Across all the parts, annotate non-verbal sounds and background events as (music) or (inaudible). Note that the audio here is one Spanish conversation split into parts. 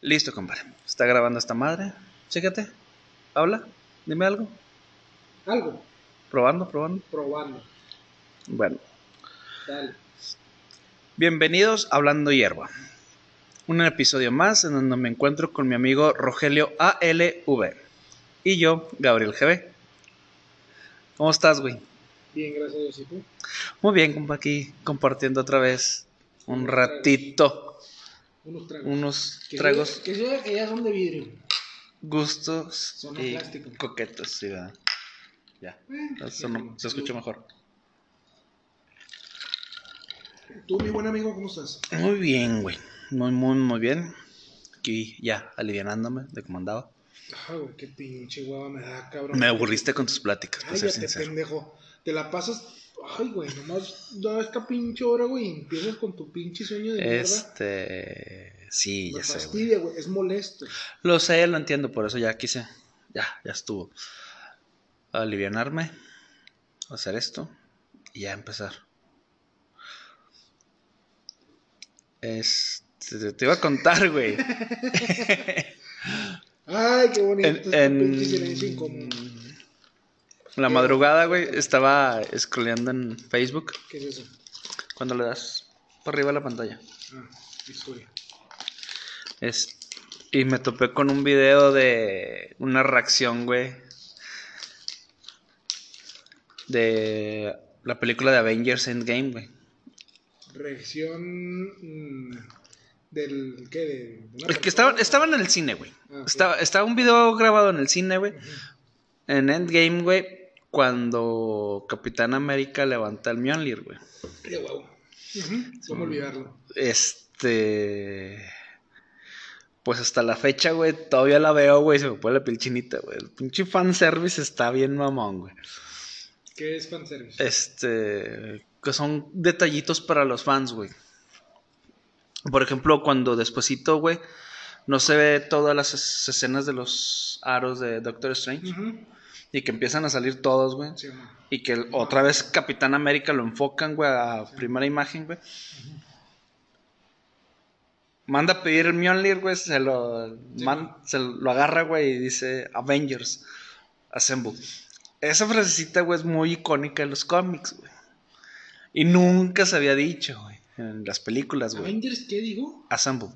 Listo, compadre. Está grabando esta madre. Chécate. Habla. Dime algo. Algo, Probando, probando. probando. Bueno. Dale. Bienvenidos a Hablando Hierba. Un episodio más en donde me encuentro con mi amigo Rogelio ALV. Y yo, Gabriel GB. ¿Cómo estás, güey? Bien, gracias a Dios. ¿Y tú? Muy bien, compa, aquí compartiendo otra vez un ratito. Unos tragos. Unos Que tragos yo- Que yo que ya son de vidrio. gustos Sonó y plástico. coquetos, sí, ¿verdad? Ya. Eh, Sonó- se escucha mejor. Tú, mi buen amigo, ¿cómo estás? Muy bien, güey. Muy, muy, muy bien. Aquí ya, alivianándome de cómo andaba. Ah, güey, qué pinche hueva me da, cabrón. Me aburriste con tus pláticas, para ser Cállate, sincero. pendejo. Te la pasas. Ay, güey, nomás da esta pinche hora, güey, y empiezas con tu pinche sueño de mierda. Este. Sí, Me ya sé, güey. fastidia, güey. Es molesto. Lo sé, lo entiendo, por eso ya quise. Ya, ya estuvo. Alivianarme, hacer esto y ya empezar. Este, te iba a contar, güey. Ay, qué bonito. En, este en- pinche silencio incómodo. la madrugada, güey, estaba scrolleando en Facebook ¿Qué es eso? cuando le das por arriba a la pantalla. Ah, historia. Es, y me topé con un video de una reacción, güey, de la película de Avengers Endgame, güey. Reacción mm, del qué de una Es que persona? estaban, estaban en el cine, güey. Ah, ok. Estaba, estaba un video grabado en el cine, güey. Ujú. En Endgame, güey, cuando Capitán América levanta el Mjolnir, güey. de huevo. Ujú, ¿Cómo olvidarlo? Este. Pues hasta la fecha, güey, todavía la veo, güey, se me pone la piel chinita, güey. El pinche fanservice está bien mamón, güey. ¿Qué es fanservice? Eh. Este. Que son detallitos para los fans, güey. Por ejemplo, cuando despuesito, güey, no se ve todas las es- escenas de los aros de Doctor Strange Ujú, y que empiezan a salir todos, güey. sí, mamá. Y que el- otra vez Capitán América lo enfocan, güey, a primera imagen, güey. Manda a pedir el Mjolnir, güey, se lo, Sí, man- güey. se lo agarra, güey, y dice Avengers, Assemble. Esa frasecita, güey, es muy icónica de los cómics, güey. Y nunca se había dicho, güey, en las películas, güey. Avengers, ¿qué digo? Assemble.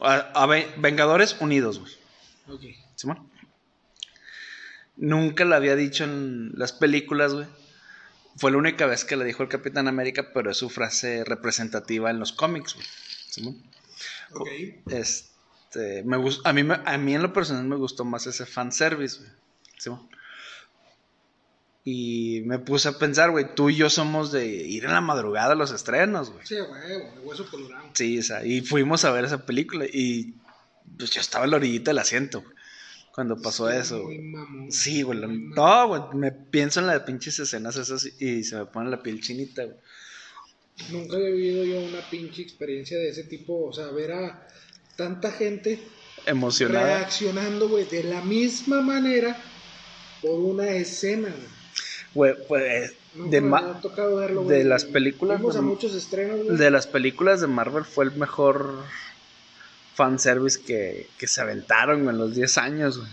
A- Ave- Vengadores Unidos, güey. Ok. Simón. Nunca la había dicho en las películas, güey. Fue la única vez que la dijo el Capitán América, pero es su frase representativa en los cómics, güey. Simón. Ok. Este, me gus- a, mí me- a mí en lo personal me gustó más ese fanservice, güey. Simón. Y me puse a pensar, güey, tú y yo somos de ir en la madrugada a los estrenos, güey. Sí, a huevo, de hueso colorado. Sí, o sea, y fuimos a ver esa película y pues yo estaba en la orillita del asiento, güey, cuando pasó Sí, eso. muy güey. mamón. Sí, güey. la- Muy mamón. No, güey. Me pienso en las pinches escenas esas y se me pone la piel chinita, güey. Nunca había vivido yo una pinche experiencia de ese tipo. O sea, ver a tanta gente Emocionada. reaccionando, güey, de la misma manera por una escena, güey. Güey, pues, Nunca de, me ma- había tocado verlo, de güey. las películas Fuimos de- a muchos estrenos, güey. de las películas de Marvel fue el mejor fanservice que, que se aventaron güey, en los 10 años, güey.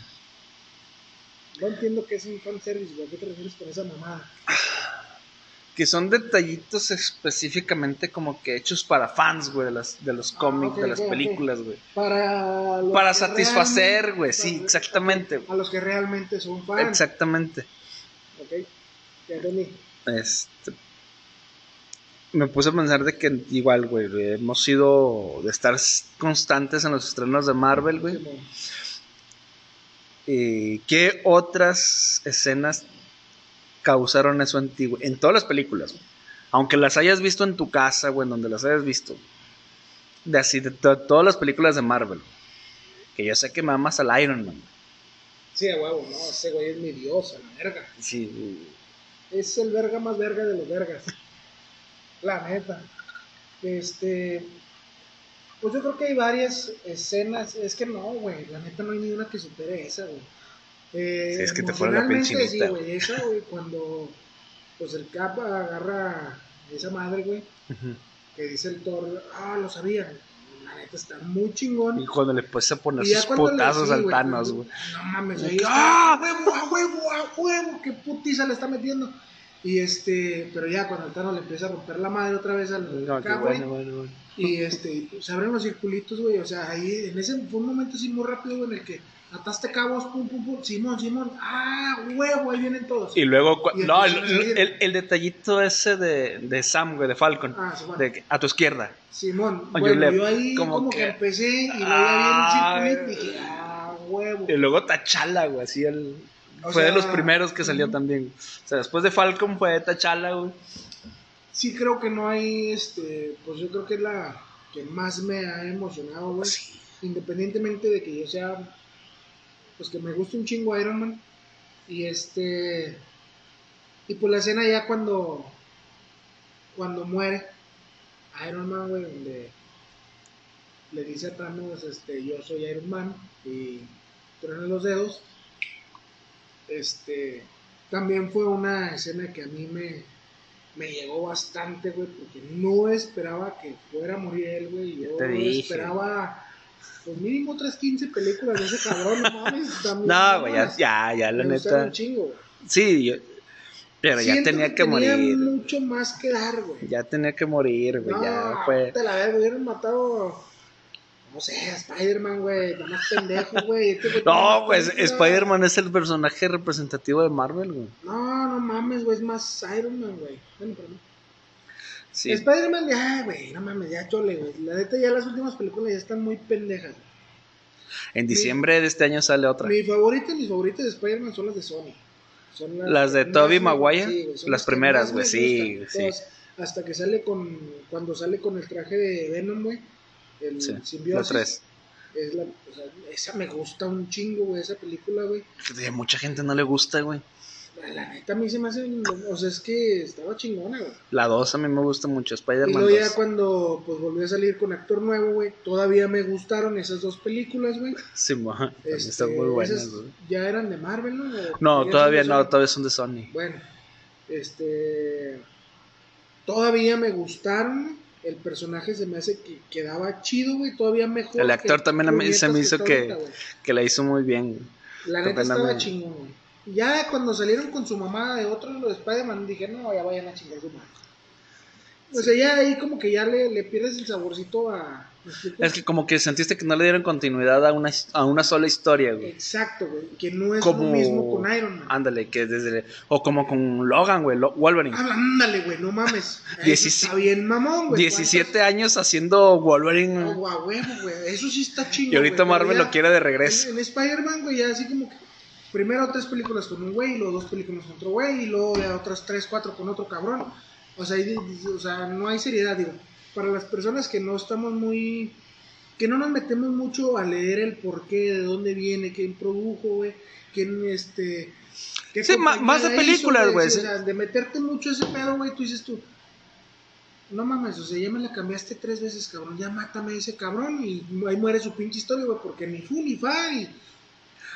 No entiendo qué es un fanservice, güey. ¿A qué te refieres con esa mamada? Que son detallitos específicamente como que hechos para fans, güey, de, las, de los Ah, cómics, ok, de las ok, ok. películas, güey. Para, los Para que satisfacer, realmente- güey, sí, para- exactamente, güey. A los que realmente son fans. Exactamente. Ok. Ya entendí. Este, me puse a pensar de que igual, güey, hemos sido de estar s- constantes en los estrenos de Marvel, güey. Simón. ¿Y ¿Qué otras escenas causaron eso en ti, güey? En todas las películas, güey. Aunque las hayas visto en tu casa, güey, en donde las hayas visto. De así, de to- todas las películas de Marvel. güey. Que yo sé que me amas al Iron Man. Sí, a huevo, no, ese güey es mi dios, a la verga. Sí, Es el verga más verga de los vergas. La neta. Este. Pues yo creo que hay varias escenas. Es que no, güey. La neta no hay ni una que supere esa, güey. Eh, Sí, es que te pone la piel emocionalmente, chinita. Sí, güey. Esa, güey, cuando. Pues el Cap agarra esa madre, güey. Ujú. Que dice el Thor. Ah, lo sabía. La neta está muy chingón. Y cuando le puedes poner Y ya sus cuando le- putazos sí, al Thanos, güey. No mames, De güey. que, ¡Ah! ¡A huevo, a huevo, a huevo! ¡Qué putiza le está metiendo! Y este, pero ya cuando el Thanos le empieza a romper la madre otra vez al No, qué Cable, bueno, bueno, bueno. y este, se abren los circulitos, güey. O sea, ahí en ese fue un momento así muy rápido, güey, en el que ataste cabos, pum, pum, pum, Simón, Simón, ah, huevo, ahí vienen todos. Y luego, cu- Y no, el, empiezan a salir. el- el detallito ese de, de Sam, güey, de Falcon, ah, Simón, de que a tu izquierda. Simón. Oye, Bueno, le- yo ahí como como, que, que- empecé y luego Ah, ya vi el circulito y dije, ah, huevo. Y luego Tachala, güey, así el... O fue de sea, los primeros que salió ujú. también. O sea, después de Falcon fue Tachala, güey. Sí creo que no hay, este, pues yo creo que es la que más me ha emocionado, güey. Independientemente de que yo sea, pues que me guste un chingo Iron Man. Y este, y pues la escena ya cuando, cuando muere Iron Man, güey, donde le dice a Thanos, este, yo soy Iron Man y truena los dedos. Este, también fue una escena que a mí me, me llegó bastante, güey, porque no esperaba que fuera a morir él, güey. Yo te dije. esperaba, pues mínimo otras 15 películas de ese cabrón, (laughs) no mames. también, No, güey, ya, mames. ya, ya, la Me gustaron neta. un chingo, güey. Sí, yo- pero ya Siento tenía que, tenía morir. mucho más que dar, güey. Ya tenía que morir, güey, No, ya fue... te la verga, hubieran matado, no sé, a Spider-Man, güey, nada más pendejo, (laughs) güey. este güey tiene No, más pues películas. Spider-Man es el personaje representativo de Marvel, güey. No, no mames, güey, es más Iron Man, güey. Bueno, pero no. Sí. Spider-Man, ya, güey, no mames, ya chole, güey. La neta, ya las últimas películas ya están muy pendejas. En diciembre de este año sale otra. Mi favorita, mis favoritas de Spider-Man son las de Sony. Son Las de que Tobey más me- Maguire, sí, güey, son las que primeras, más güey, me sí, gustan. sí. Todas, hasta que sale con, cuando sale con el traje de Venom, güey, el Sí, la simbiosis. tres. Es la, o sea, esa me gusta un chingo, güey, esa película, güey. Fíjate, A mucha gente no le gusta, güey. La neta a mí se me hace, o sea, es que estaba chingona, güey. La 2 a mí me gusta mucho, Y Spider-Man luego ya 2. cuando pues volví a salir con actor nuevo, güey, todavía me gustaron esas dos películas, güey. Sí, mo- también Este, están muy buenas. esas güey. ya eran de Marvel, ¿no? ¿O No, ya todavía son no, de Sony? todavía son de Sony. Bueno, este todavía me gustaron. El personaje se me hace que quedaba chido, güey, todavía mejor. El que actor también a mí se me puñetas hizo está que- ahorita, güey. Que la hizo muy bien. güey. La neta estaba Tremendamente. chingón, güey. Ya cuando salieron con su mamá de otro lo de Spider-Man, dije, no, ya vayan a chingar su madre. O sea, ya ahí como que ya le, le pierdes el saborcito a... ¿me explico? Es que como que sentiste que no le dieron continuidad a una, his- a una sola historia, güey. Exacto, güey. Que no es Como- lo mismo con Iron Man. Ándale, que desde... O como con Logan, güey, Lo- Wolverine. Ah, ándale, güey, (laughs) no mames. Eso Diecisie- Está bien mamón, güey. 17 años haciendo Wolverine. ¿Cuántos- güey. Oh, a huevo, güey. Eso sí está chingón. Y ahorita güey, Marvel pero ya lo quiere de En, regreso. en Spider-Man, güey, ya así como que... Primero tres películas con un güey, y luego dos películas con otro güey, y luego ya otras tres, cuatro con otro cabrón. O sea, ahí- o sea, no hay seriedad, digo. Para las personas que no estamos muy... Que no nos metemos mucho a leer el porqué, de dónde viene, quién produjo, güey, quién, este... qué Sí, ma- compañía más de la películas, hizo, güey, sí. sí, O sea, de meterte mucho ese pedo, güey, tú dices tú... No mames, o sea, ya me la cambiaste tres veces, cabrón. Ya mátame a ese cabrón y ahí muere su pinche historia, güey, porque ni fu ni fa. Y...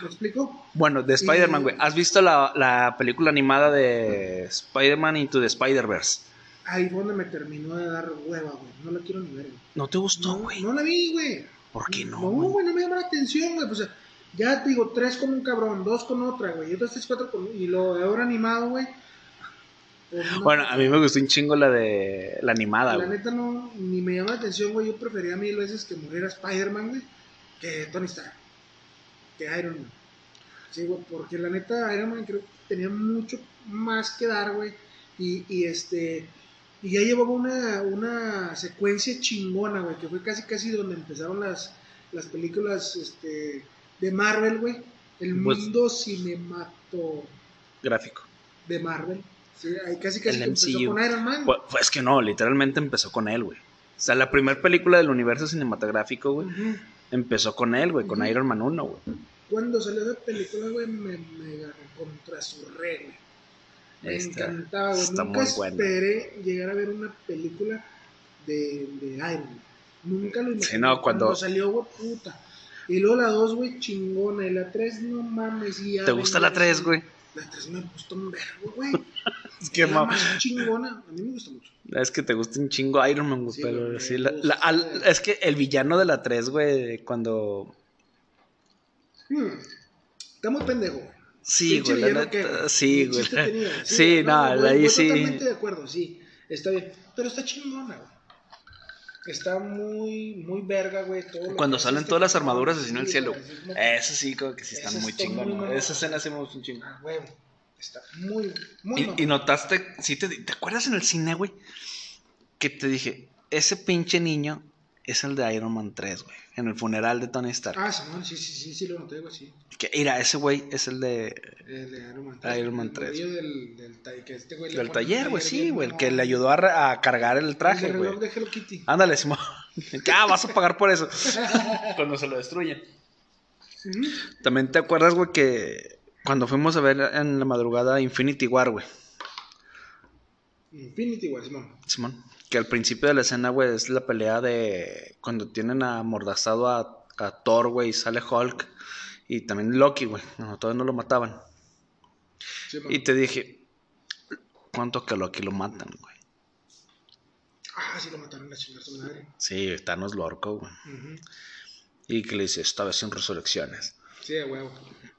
¿Me explico? Bueno, de Spider-Man, Y- güey. ¿Has visto la, la película animada de Spider-Man Into the Spider-Verse? Ahí fue donde me terminó de dar hueva, güey. No la quiero ni ver, güey. ¿No te gustó, güey? No la vi, güey. ¿Por qué no? No, güey? güey, no me llama la atención, güey. Pues, o sea, ya te digo, tres con un cabrón, dos con otra, güey. Y otras tres, cuatro con... Y lo de ahora animado, güey. pues, no. Bueno, a mí me gustó un chingo la de la animada, La güey. neta no, ni me llama la atención, güey. Yo prefería mil veces que muriera Spider-Man, güey, que Tony Stark, que Iron Man. Sí, güey, porque la neta Iron Man creo que tenía mucho más que dar, güey. Y, y este, y ya llevaba una, una secuencia chingona, güey, que fue casi casi donde empezaron las, las películas este, de Marvel, güey. El Pues- mundo cinemato Gráfico. de Marvel. Sí, ahí casi casi El que empezó MCU. con Iron Man. Pues, pues es que no, literalmente empezó con él, güey. O sea, la primera película del universo cinematográfico, güey, Ujú. empezó con él, güey, con Ujú. Iron Man 1, güey. Cuando salió esa película, güey, me mega contra su regla. Me Esta- encantaba, güey. está Nunca muy buena. esperé llegar a ver una película de, de Iron Man. Nunca lo imaginé. Sí, no, cuando- salió, güey, puta. Y luego la 2, güey, chingona. Y la 3, no mames. y ya ¿Te gusta venía la 3, así. güey? La 3 me gustó un verbo, (laughs) güey. Es que, Qué ma- más chingona. A mí me gusta mucho. es que te gusta un chingo Iron Man, güey, Sí, pero me sí, la- gusta. la- al- es que el villano de la 3, güey, cuando... Hmm. Está muy pendejo. Sí, Pinche güey, la villano neta, que- sí, ni güey. chiste tenía. Sí, no, no, güey, ahí güey, sí. Totalmente de acuerdo, sí. Está bien. Pero está chingona, güey. Está muy, muy verga, güey. todo lo Cuando que salen hace todas las este cabrón, armaduras así en el sí, cielo. güey, así como (laughs) que, Eso sí, como que sí Eso están muy está muy chingón. güey. mamón. Esa escena sí me gusta un chingo. ah, huevo. Está muy, muy Y, y mamón. notaste, sí te, ¿te acuerdas en el cine, güey? Que te dije, ese pinche niño es el de Iron Man 3, güey. En el funeral de Tony Stark. Ah, Simón, sí, sí, sí, sí, lo noté, güey, sí. Que, mira, ese güey es el de El de Iron Man Iron Man el 3. morrillo Del, del, ta- que este güey le del pone un taller, güey, sí, bien güey. El mamón. que le ayudó a, re- a cargar el traje, El de güey. Ah. reloj de Hello Kitty. Ándale, Simón. (laughs) Ya, vas a pagar por (laughs) eso. Cuando se lo destruyen. Ujú. También te acuerdas, güey, que cuando fuimos a ver en la madrugada Infinity War, güey. Infinity War, Simón. Simón. Que al principio de la escena, güey, es la pelea de cuando tienen amordazado a, a Thor, güey, y sale Hulk. Y también Loki, güey. No, todavía no lo mataban. Simón. Y te dije, ¿cuánto que a Loki lo matan, güey? Ah, sí, lo mataron a chingar su madre. Sí, Thanos lo ahorcó, güey. Ujú. Y que le dice, esta vez son resurrecciones. Sí, a huevo.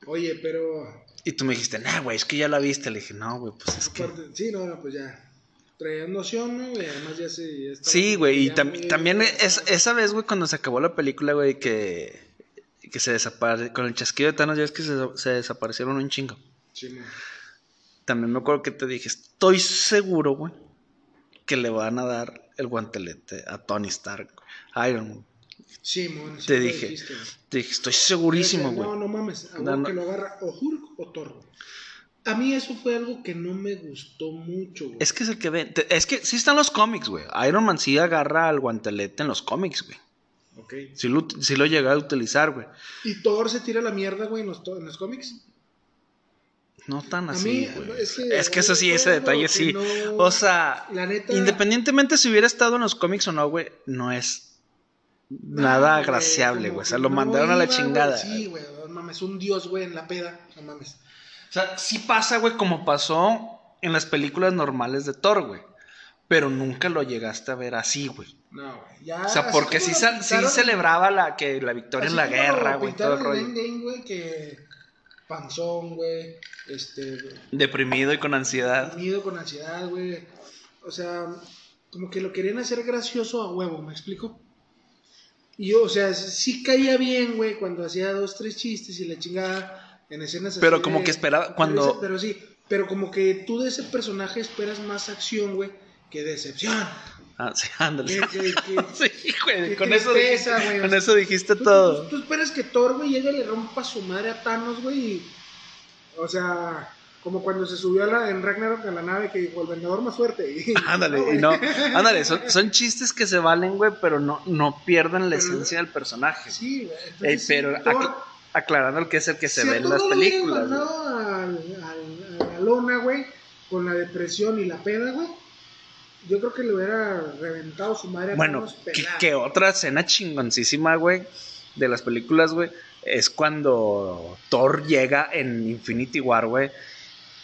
Oye, pero. Y tú me dijiste, nah, güey, es que ya la viste. Le dije, no, güey, pues es que... aparte- Sí, no, no, pues ya. Traían noción, ¿no? Y además ya se. ya estaba- Sí, güey, y ya tam- muy- también es- esa vez, güey, cuando se acabó la película, güey, que, que se desapareció, con el chasquido de Thanos, ya es que se, se desaparecieron un chingo. Simón. También me acuerdo que te dije, estoy seguro, güey, que le van a dar el guantelete a Tony Stark, Iron Man. Simón. sí Te lo dije. dijiste. Te dije, estoy segurísimo, Dice, güey. No, no mames. A No, huevo no. que lo agarra o Hulk o Thor. güey. A mí eso fue algo que no me gustó mucho, güey. Es que es el que ve, te- es que sí están los cómics, güey. Iron Man sí agarra el guantelete en los cómics, güey. Ok. Sí lo, sí lo llega a utilizar, güey. Y Thor se tira la mierda, güey, en los, to- en los cómics. No tan A así, mí, Ah, güey. es Es, que- que eso sí, ese no, detalle que sí. no- o sea, La neta. independientemente si hubiera estado en los cómics o no, güey, no es nada güey, agraciable, como güey. O que sea, lo no mandaron a la iba, güey. chingada. Sí, güey, no mames, un dios, güey, en la peda, no mames. O sea, sí pasa, güey, como pasó en las películas normales de Thor, güey. Pero nunca lo llegaste a ver así, güey. No, güey, ya. O sea, Ah, así porque como sí, lo sa- sí pintaron- celebraba la, que la victoria así en la como guerra, lo güey, todo el pintaron en rollo. Endgame, güey, que panzón, güey, este, Deprimido y con ansiedad. miedo con ansiedad, güey. O sea, como que lo querían hacer gracioso a huevo, ¿me explico? Y yo, o sea, sí caía bien, güey, cuando hacía dos, tres chistes y la chingada en escenas así Pero de- como que esperaba Pero Ah, cuando- ese- Pero, sí, pero como que tú de ese personaje esperas más acción, güey, que (laughs) decepción. Ah, sí, ándale. Que, que- que- (laughs) Sí, güey, Qué con eso, tristeza, dijiste- güey, o con sea, eso dijiste tú, pues, todo. tú- tú esperas que Thor, güey, llegue y le rompa su madre a Thanos, güey. y- O sea, como cuando se subió a la, en Ragnarok a la nave que dijo el vendedor más fuerte. y- (laughs) (laughs) Ándale, y no, ándale, son, son chistes que se valen, güey, pero no, no pierden la Pero- esencia del personaje. Sí, güey. Ey, entonces, pero sí, Thor- acl- aclarando el que es el que se si a ve en Thor las pues, no lo hubieran películas. güey. mandado al- al- a la lona, güey, con la depresión y la peda, güey. Yo creo que le hubiera reventado su madre a Bueno, Thanos que, pelada. que otra escena chingoncísima, güey, de las películas, güey, es cuando Thor llega en Infinity War, güey,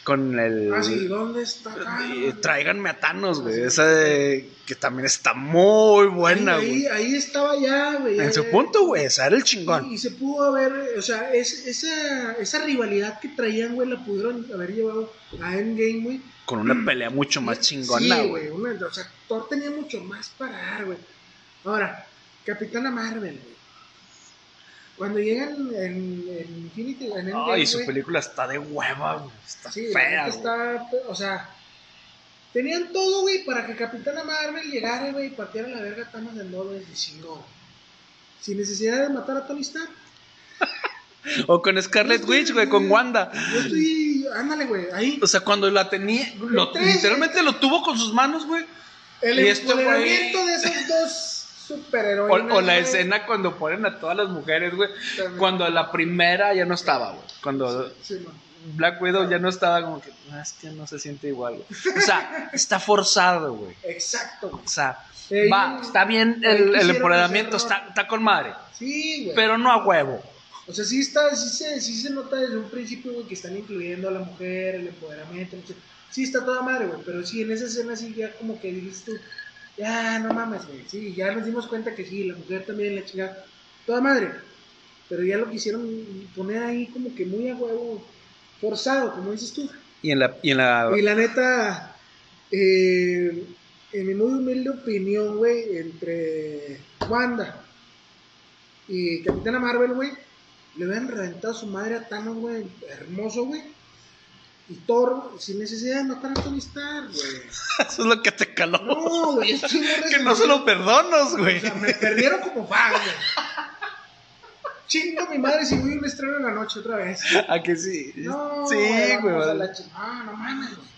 con el... Ah, sí, ¿dónde está? Thanos? eh, Tráiganme a Thanos, Ah, güey. sí. Esa de- que también está muy buena, ahí, güey. ahí, ahí estaba ya, güey. ya, En su ya. punto, güey, esa era el chingón. Y, y se pudo haber, o sea, es- esa, esa rivalidad que traían, güey, la pudieron haber llevado a Endgame, güey. Con una pelea mucho más chingona, Sí, güey. una- O sea, Thor tenía mucho más para dar, güey. Ahora, Capitana Marvel, güey. Cuando llegan en, en Infinity, en Endgame, Ay, su güey, película está de hueva, güey. Está sí, la fea, neta güey. está, o sea, tenían todo, güey, para que Capitana Marvel llegara, güey, y partiera la verga a Thanos del doble y chingó. güey. Sin necesidad de matar a Tony Stark. O con Scarlet Yo estoy- Witch, güey, con Wanda. Yo estoy, ándale, güey, ahí. O sea, cuando la tenía, lo- Lo trae. literalmente lo tuvo con sus manos, güey. El Y este empoderamiento güey- de esos dos O, superhéroes. o la escena cuando ponen a todas las mujeres, güey. Cuando la primera ya no estaba, güey. Cuando Sí, man. Black Widow ya no estaba, como que, "Ah, es que no se siente igual, güey. O sea, está forzado, güey. Exacto, güey. O sea, Eh, va, yo- está bien ahí el, el quisieron empoderamiento, hacer- está, está con madre. Sí, güey. Pero no a huevo. O sea, sí, está, sí, se, sí se nota desde un principio, güey, que están incluyendo a la mujer, el empoderamiento. no sé. Sí, está toda madre, güey, pero sí, en esa escena sí ya como que dijiste, ya, no mames, güey. Sí, ya nos dimos cuenta que sí, la mujer también, la chingada. Toda madre. Pero ya lo quisieron poner ahí como que muy a huevo, forzado, como dices tú. Y en la. Y en la Y la neta, eh, en mi muy humilde opinión, güey, entre Wanda y Capitana Marvel, güey, le hubieran reventado su madre a Thanos, güey, hermoso, güey. Y Thor, sin necesidad de matar a Tony Stark, güey. (laughs) Eso es lo que te caló. No, güey, estoy (laughs) que no se lo perdonas, güey. O sea, me perdieron como fan, güey. Chingo mi madre si voy a un estreno en la noche otra vez. ¿A que sí? No, sí, güey. vamos a vale. la chi- Ah, no mames, güey.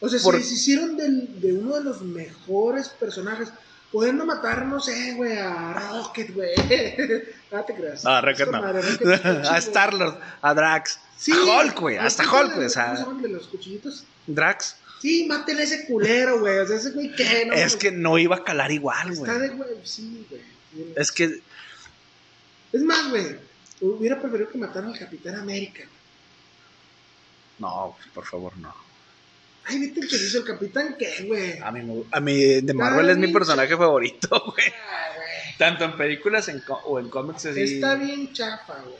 O sea, Por- se deshicieron del- de uno de los mejores personajes. Pudiendo matar, no sé, güey, a Rocket, güey. (laughs) no te creas. No, Rocket Esta no. (laughs) madre, Rocket está a chido. Star-Lord, a Drax, Sí, a Hulk, güey. Hasta ¿Rocket Hulk, güey. O ¿Cómo se sea, llama el de los cuchillitos? Drax. Sí, mátele a ese culero, güey. O sea, ese güey, ¿qué? No, Es que no iba a calar igual, Está de güey. güey, sí, güey. Es que Es más, güey, hubiera preferido que mataran al Capitán América. No, por favor, no. Ay, vete el que dice el Capitán, ¿qué, güey? A mí, me- a mí de Marvel es mi personaje favorito, (laughs) güey. Ah, güey. Tanto en películas en co- o en cómics así. Está bien chafa, güey.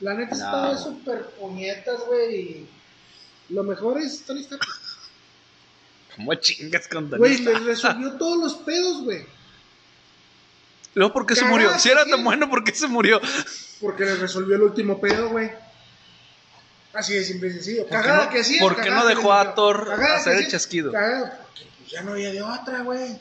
La neta No. estaba súper puñetas, güey. y Lo mejor es Tony Stark. ¿Cómo chingas con Tony Güey, le Stark? (laughs) resolvió todos los pedos, güey. Luego, ¿por qué se murió? Cagaste, Si era tan sí. bueno, ¿por qué se murió? Porque le resolvió el último pedo, güey. Así de simple y sencillo. qué Cagada no- que sí. por qué cagada no que dejó a no. Thor Cagada que hacer el sí, chasquido? Cagada, porque pues ya no había de otra, güey.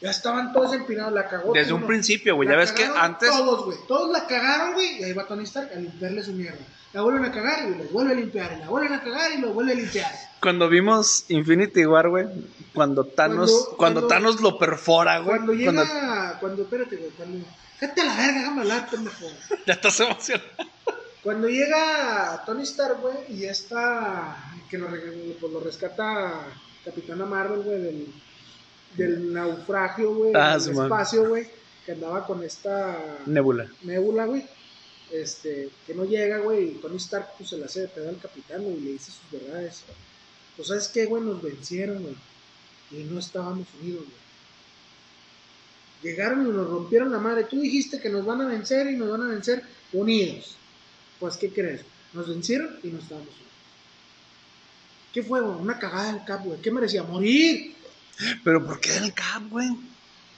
Ya estaban todos empinados, la cagó. Desde tú, un no. principio, güey. La Ya ves que cagaron antes. Todos, güey. Todos la cagaron, güey. Y ahí va Tony Stark a limpiarle su mierda. La vuelven a cagar y los vuelve a limpiar. Y la vuelven a cagar y lo vuelve a (laughs) limpiar. Cuando vimos Infinity War, güey. Cuando Thanos. Cuando, Cuando- cuando- Thanos lo perfora, güey. Cuando llega. cuando- (laughs) Cuando, espérate, güey. Cuando. Cállate a la verga, déjame hablar, pendejo. Ya estás emocionado. Cuando llega Tony Stark, güey, y ya está. Que lo, re- pues, lo rescata Capitana Marvel, güey, del, del naufragio, güey. Ah, del sí, man. espacio, güey. Que andaba con esta. Nebula. Nebula, güey. Este, que no llega, güey. Y Tony Stark pues, se la hace de pedo al capitán, güey, y le dice sus verdades. Pues, ¿sabes qué, güey? Nos vencieron, güey. Y no estábamos unidos, güey. Llegaron y nos rompieron la madre. Tú dijiste que nos van a vencer y nos van a vencer unidos. Pues, ¿qué crees? Nos vencieron y no estábamos unidos. ¿Qué fue, güey? Una cagada del cap, güey. ¿Qué merecía? ¡Morir! Pero ¿por qué el Cap, güey?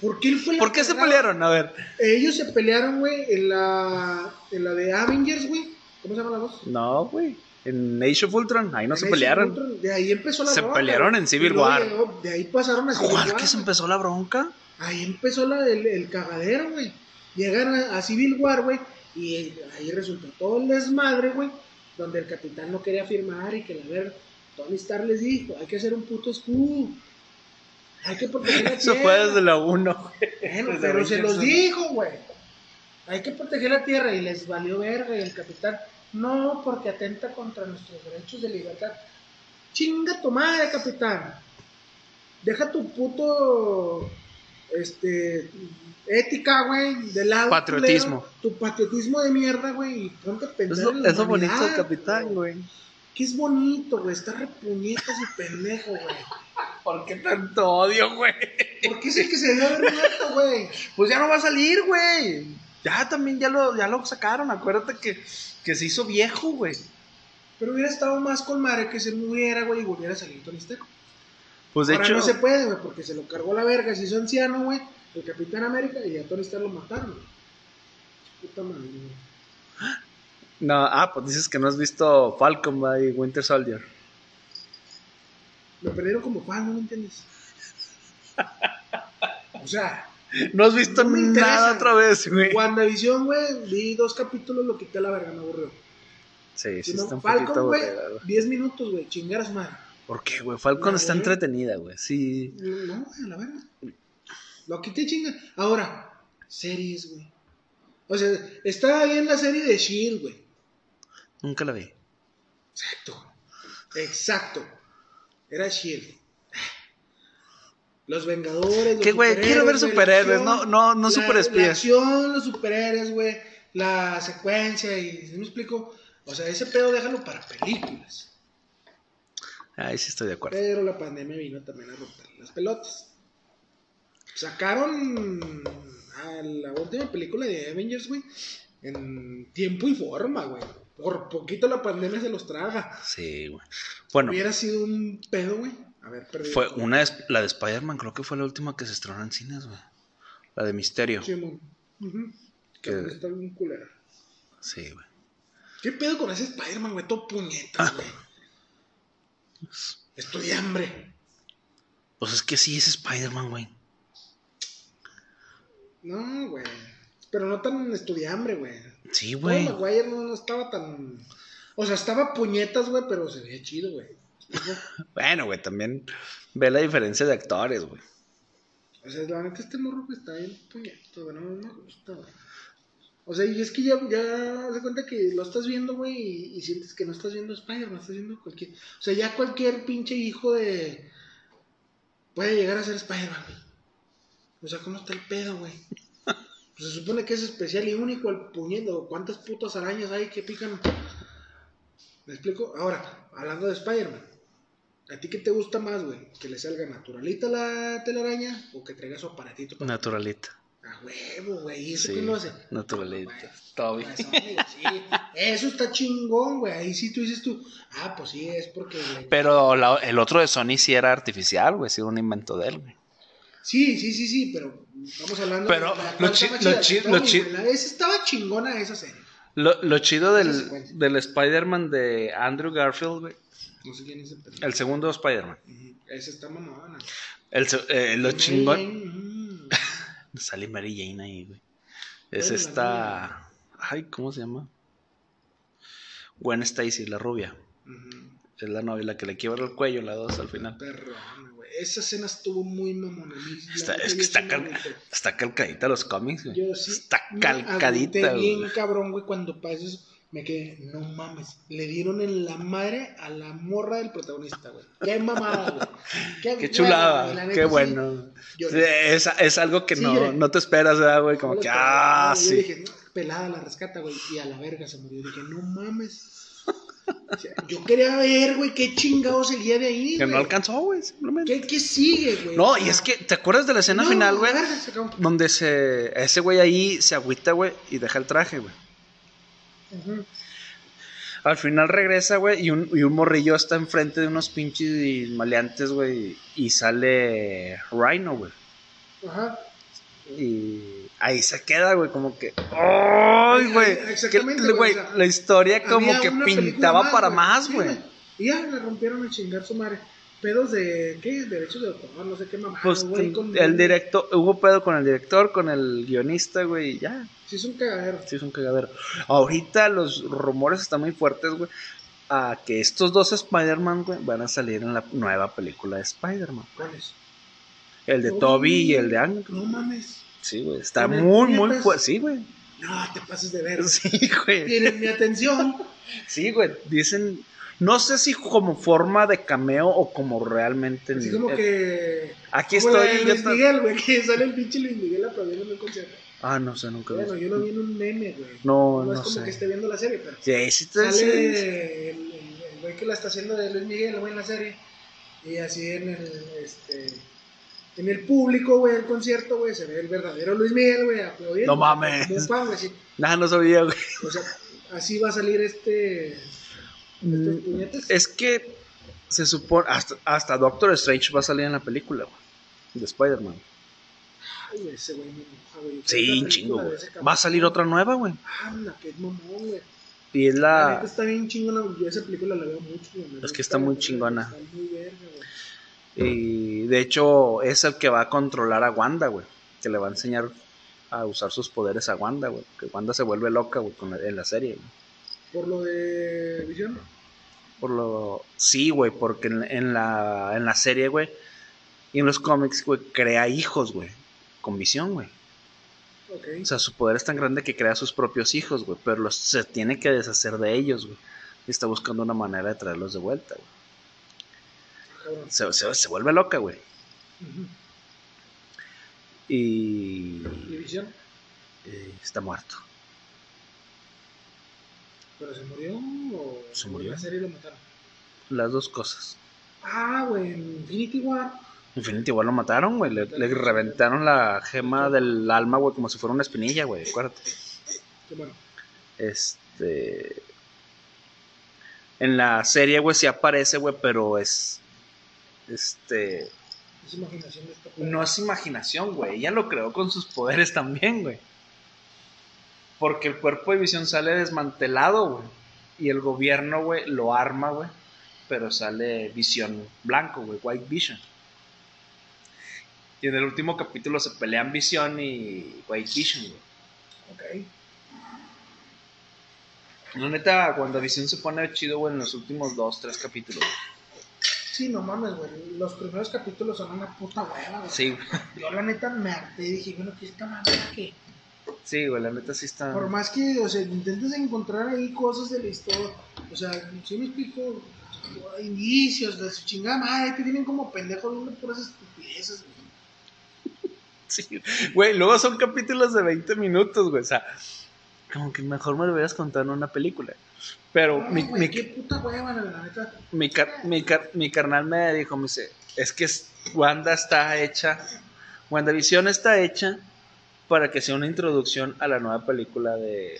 ¿Por qué él fue la ¿Por qué se cagada? pelearon? A ver. Ellos se pelearon, güey, en la, en la de Avengers, güey. ¿Cómo se llama la dos? No, güey. En Age of Ultron, ahí no En se Age of pelearon. Ultron, De ahí empezó la Se bronca, pelearon güey. en Civil Y luego War. llegó- de ahí pasaron a Civil ¿Cuál War, que se güey. empezó la bronca? Ahí empezó la del el cagadero, güey. Llegaron a, a Civil War, güey, y el- ahí resultó todo el desmadre, güey, donde el capitán no quería firmar y que la ver Tony Stark les dijo, hay que hacer un puto escudo. Hay que proteger (laughs) la Eso fue tierra". desde la 1. Bueno, Desde pero se Avengers, los ¿no? dijo, güey. Hay que proteger la tierra y les valió verga y el capitán. No, porque atenta contra nuestros derechos de libertad. Chinga tu madre, capitán. Deja tu puto este ética, güey, de lado. Patriotismo. culero, tu patriotismo de mierda, güey, y ponte a pensar Es lo, en la es lo bonito del humanidad, capitán, güey. Que es bonito, güey, está repuñetas y pendejo, (laughs) güey. ¿Por qué tanto odio, güey? Porque es el que se debió haber muerto, güey. Pues ya no va a salir, güey. Ya también ya lo, ya lo sacaron. Acuérdate que, que se hizo viejo, güey. Pero hubiera estado más con madre que se muriera, güey, y volviera a salir Tony Stark. Pues de Ahora hecho, no se puede, güey, porque se lo cargó la verga, se hizo anciano, güey, el Capitán América, y a Tony Stark lo mataron. Puta madre, güey. no, ah, pues dices que no has visto Falcon ¿va? y Winter Soldier. Me perdieron como fan, ¿no me entiendes? O sea, No has visto No me interesa, nada otra vez, güey. WandaVision, güey, vi dos capítulos, lo quité a la verga, me aburrió. Sí, sí, Si no, está un poquito Falcon, güey, aburrida, güey. 10 minutos, güey, chingar a su madre. ¿Por qué, güey? Falcon Me está aburrió. entretenida, güey. Sí. No, güey, a la verga. Lo quité chinga. Ahora, series, güey. O sea, estaba bien la serie de Shield, güey. Nunca la vi. Exacto. Exacto. Era Shield. Los Vengadores. los Que, güey, quiero ver güey, la superhéroes, acción, no- no- no la- superespías. La acción, los superhéroes, güey. la secuencia y ¿sí me explico, o sea, ese pedo déjalo para películas. Ahí sí estoy de acuerdo. Pero la pandemia vino también a romper las pelotas. Sacaron a la última película de Avengers, güey, en tiempo y forma, güey. Por poquito la pandemia se los traga. Sí, güey. Bueno, Hubiera sido un pedo, güey. A ver, perdido. fue una de, la de Spider-Man, creo que fue la última que se estrenó en cines, güey. La de Misterio. Sí, mon. Ujú. Que- También Está bien culera. Sí, güey. ¿Qué pedo con ese Spider-Man, güey? Todo Ah. puñetas, güey. Estoy de hambre. Pues es que sí es Spider-Man, güey. No, güey. Pero no tan estoy de hambre, güey. Sí, No, güey. Maguire no, no estaba tan. O sea, estaba puñetas, güey, pero se veía chido, güey. Bueno, güey, también ve la diferencia de actores, güey. O sea, la neta, este morro que está bien puñeto, güey. No no me gusta, güey. O sea, y es que ya, ya haz de cuenta que lo estás viendo, güey, y, y sientes que no estás viendo Spider-Man, estás viendo cualquier. O sea, ya cualquier pinche hijo de. puede llegar a ser Spider-Man, güey. O sea, ¿cómo está el pedo, (laughs) güey? Pues se supone que es especial y único el puñeto. ¿Cuántas putas arañas hay que pican? ¿Me explico? Ahora, hablando de Spider-Man. ¿A ti qué te gusta más, güey? ¿Que le salga naturalita la telaraña o que traiga su aparatito para... Naturalita. A huevo, güey. ¿Y eso Sí, quién lo hace? naturalita. Ah, Toby. güey, eso, amigo, sí. Eso está chingón, güey. Ahí sí tú dices tú, ah, pues sí, es porque... le- Pero la- el otro de Sony sí era artificial, güey. Sí era un invento de él, güey. Sí, sí, sí, sí, pero estamos hablando Pero de... la- lo ¿cuál chi- estaba lo chida? chi- Tommy, lo chi- güey, la- esa estaba chingona esa serie. Lo, lo chido Esa del, secuencia. del Spider-Man de Andrew Garfield, güey. No sé quién es el pendejo. El segundo Spider-Man. Ujú, Esa está mamona. El, se- eh, lo Mary chingón. Jane, ujú. Sale Mary Jane ahí, güey. Es Bueno, la esta. Ay, ¿cómo se llama? Gwen Stacy, la rubia. Ujú. Es la novia, la que le quiebra el cuello, la dos al final. Perrona, güey. Esa escena estuvo muy mamona. Está- es que está, cal- está calcadita los cómics, güey. Yo sí. está me agüité calcadita, güey. bien cabrón, güey, cuando pases me quedé, no mames, le dieron en la madre a la morra del protagonista, güey. Qué mamada, (laughs) güey. Qué bueno, güey, la chulada, neta, qué sí. bueno. Yo- Sí, es, es algo que Sí, no, lloré. no te esperas, ¿verdad, güey? Como Yo que, le ah, estaba- yo sí. dije, pelada la rescata, güey, y a la verga se murió. Dije, no mames. O sea, yo quería ver, güey, qué chingados seguía de ahí, Que no güey. alcanzó, güey, simplemente. ¿Qué, qué sigue, güey? No, y es que, ¿te acuerdas de la escena No, final, güey? la verga, se acabó. Donde se, ese güey ahí se agüita, güey, y deja el traje, güey. Ujú. Al final regresa, güey, y un, y un morrillo está enfrente de unos pinches maleantes, güey, y sale Rhino, güey. Ajá. Y ahí se queda, güey, como que... ¡Ay, güey! Exactamente, Que- güey, güey, o sea, la historia como Había que una pintaba película para güey. más, Sí, güey. Y ya le rompieron a chingar su madre. Pedos de, ¿qué? Derechos de autor, no sé qué mamá. pues ten- el director, hubo pedo con el director, con el guionista, güey, y ya, Sí, es un cagadero. sí es un cagadero. Ahorita los rumores están muy fuertes, güey, a que estos dos Spider-Man, güey, van a salir en la nueva película de Spider-Man. ¿Cuáles? El de Uy. Toby y el de Andrew. No mames. Sí, güey, está Con el muy, muy puñetas. fuerte, sí, güey. No, te pases de ver. Sí, güey. (laughs) Tienen mi atención. Sí, güey, dicen... No sé si como forma de cameo o como realmente... Así en- como eh, que. Aquí como la de estoy... yo Luis ta- Miguel, güey, que sale el pinche Luis Miguel aplaudiendo en un concierto. Ah, no sé, nunca... Bueno, yo lo vi en un meme, güey. No, es no como que sé. esté viendo la serie, pero. Sí, sí, te- sí. Sale el- el el güey que la está haciendo de Luis Miguel, güey, en la serie. Y así en el, este, en el público, güey, del concierto, güey, se ve el verdadero Luis Miguel, güey, aplaudiendo. No mames. Como un pan, güey, así. Nah, no sabía, güey. O sea, así va a salir este, estos puñetes. Mm, Es que se supone. Hasta, hasta Doctor Strange va a salir en la película, güey. De Spider-Man. Ay, güey, ese güey me enoja, güey. Yo quiero Sí, otra película chingo, de güey. ese Va a cabrón. salir otra nueva, güey. Anda, qué mamón, güey. Y es La la. neta está bien chingona, yo esa película la veo mucho, güey. Ah. me Es gusta, que está muy güey, chingona. Está muy verga, güey. Y de hecho, es el que va a controlar a Wanda, güey. Que le va a enseñar a usar sus poderes a Wanda, güey. Que Wanda se vuelve loca, güey, con la- en la serie, güey. Por lo de Visión. Por lo. Sí, güey, porque en, en la, en la serie, güey. Y en los cómics, güey, crea hijos, güey. Con visión, güey. Ok. O sea, su poder es tan grande que crea sus propios hijos, güey. Pero los, se tiene que deshacer de ellos, güey. Y está buscando una manera de traerlos de vuelta, güey. cabrón. Se, se- se vuelve loca, güey. Ujú. Y. ¿Y Visión? eh, está muerto. ¿Pero se murió o Se murió. en la serie lo mataron? Las dos cosas. Ah, güey, en Infinity War. Infinity igual lo mataron, güey. Le, le reventaron la gema del alma, güey, como si fuera una espinilla, güey. Acuérdate. Que bueno, Este. En la serie, güey, sí aparece, güey, pero es. Este. es imaginación de este esta No es imaginación, güey. Ella lo creó con sus poderes también, güey. Porque el cuerpo de visión sale desmantelado, güey. Y el gobierno, güey, lo arma, güey. Pero sale visión blanco, güey. White Vision. Y en el último capítulo se pelean visión y White Vision, güey. Ok. La neta, cuando Visión se pone chido, güey, en los últimos dos, tres capítulos. Sí, no mames, güey. Los primeros capítulos son una puta hueva, güey. Sí, güey. Yo la neta me harté y dije, bueno, ¿qué esta mamada qué? sí, güey, la neta sí está. Por más que, o sea, intentes encontrar ahí cosas de la historia, o sea, si me explico, indicios de su chingada madre, que tienen como pendejos viendo puras estupideces, güey. (laughs) Sí, güey, luego son capítulos de 20 minutos, güey, o sea, como que mejor me lo hubieras contado en una película. Pero No, mi, güey, mi- qué puta hueva, la la neta. mi car- mi car- mi carnal me dijo, me dice, es que es- Wanda está hecha, WandaVision está hecha para que sea una introducción a la nueva película de,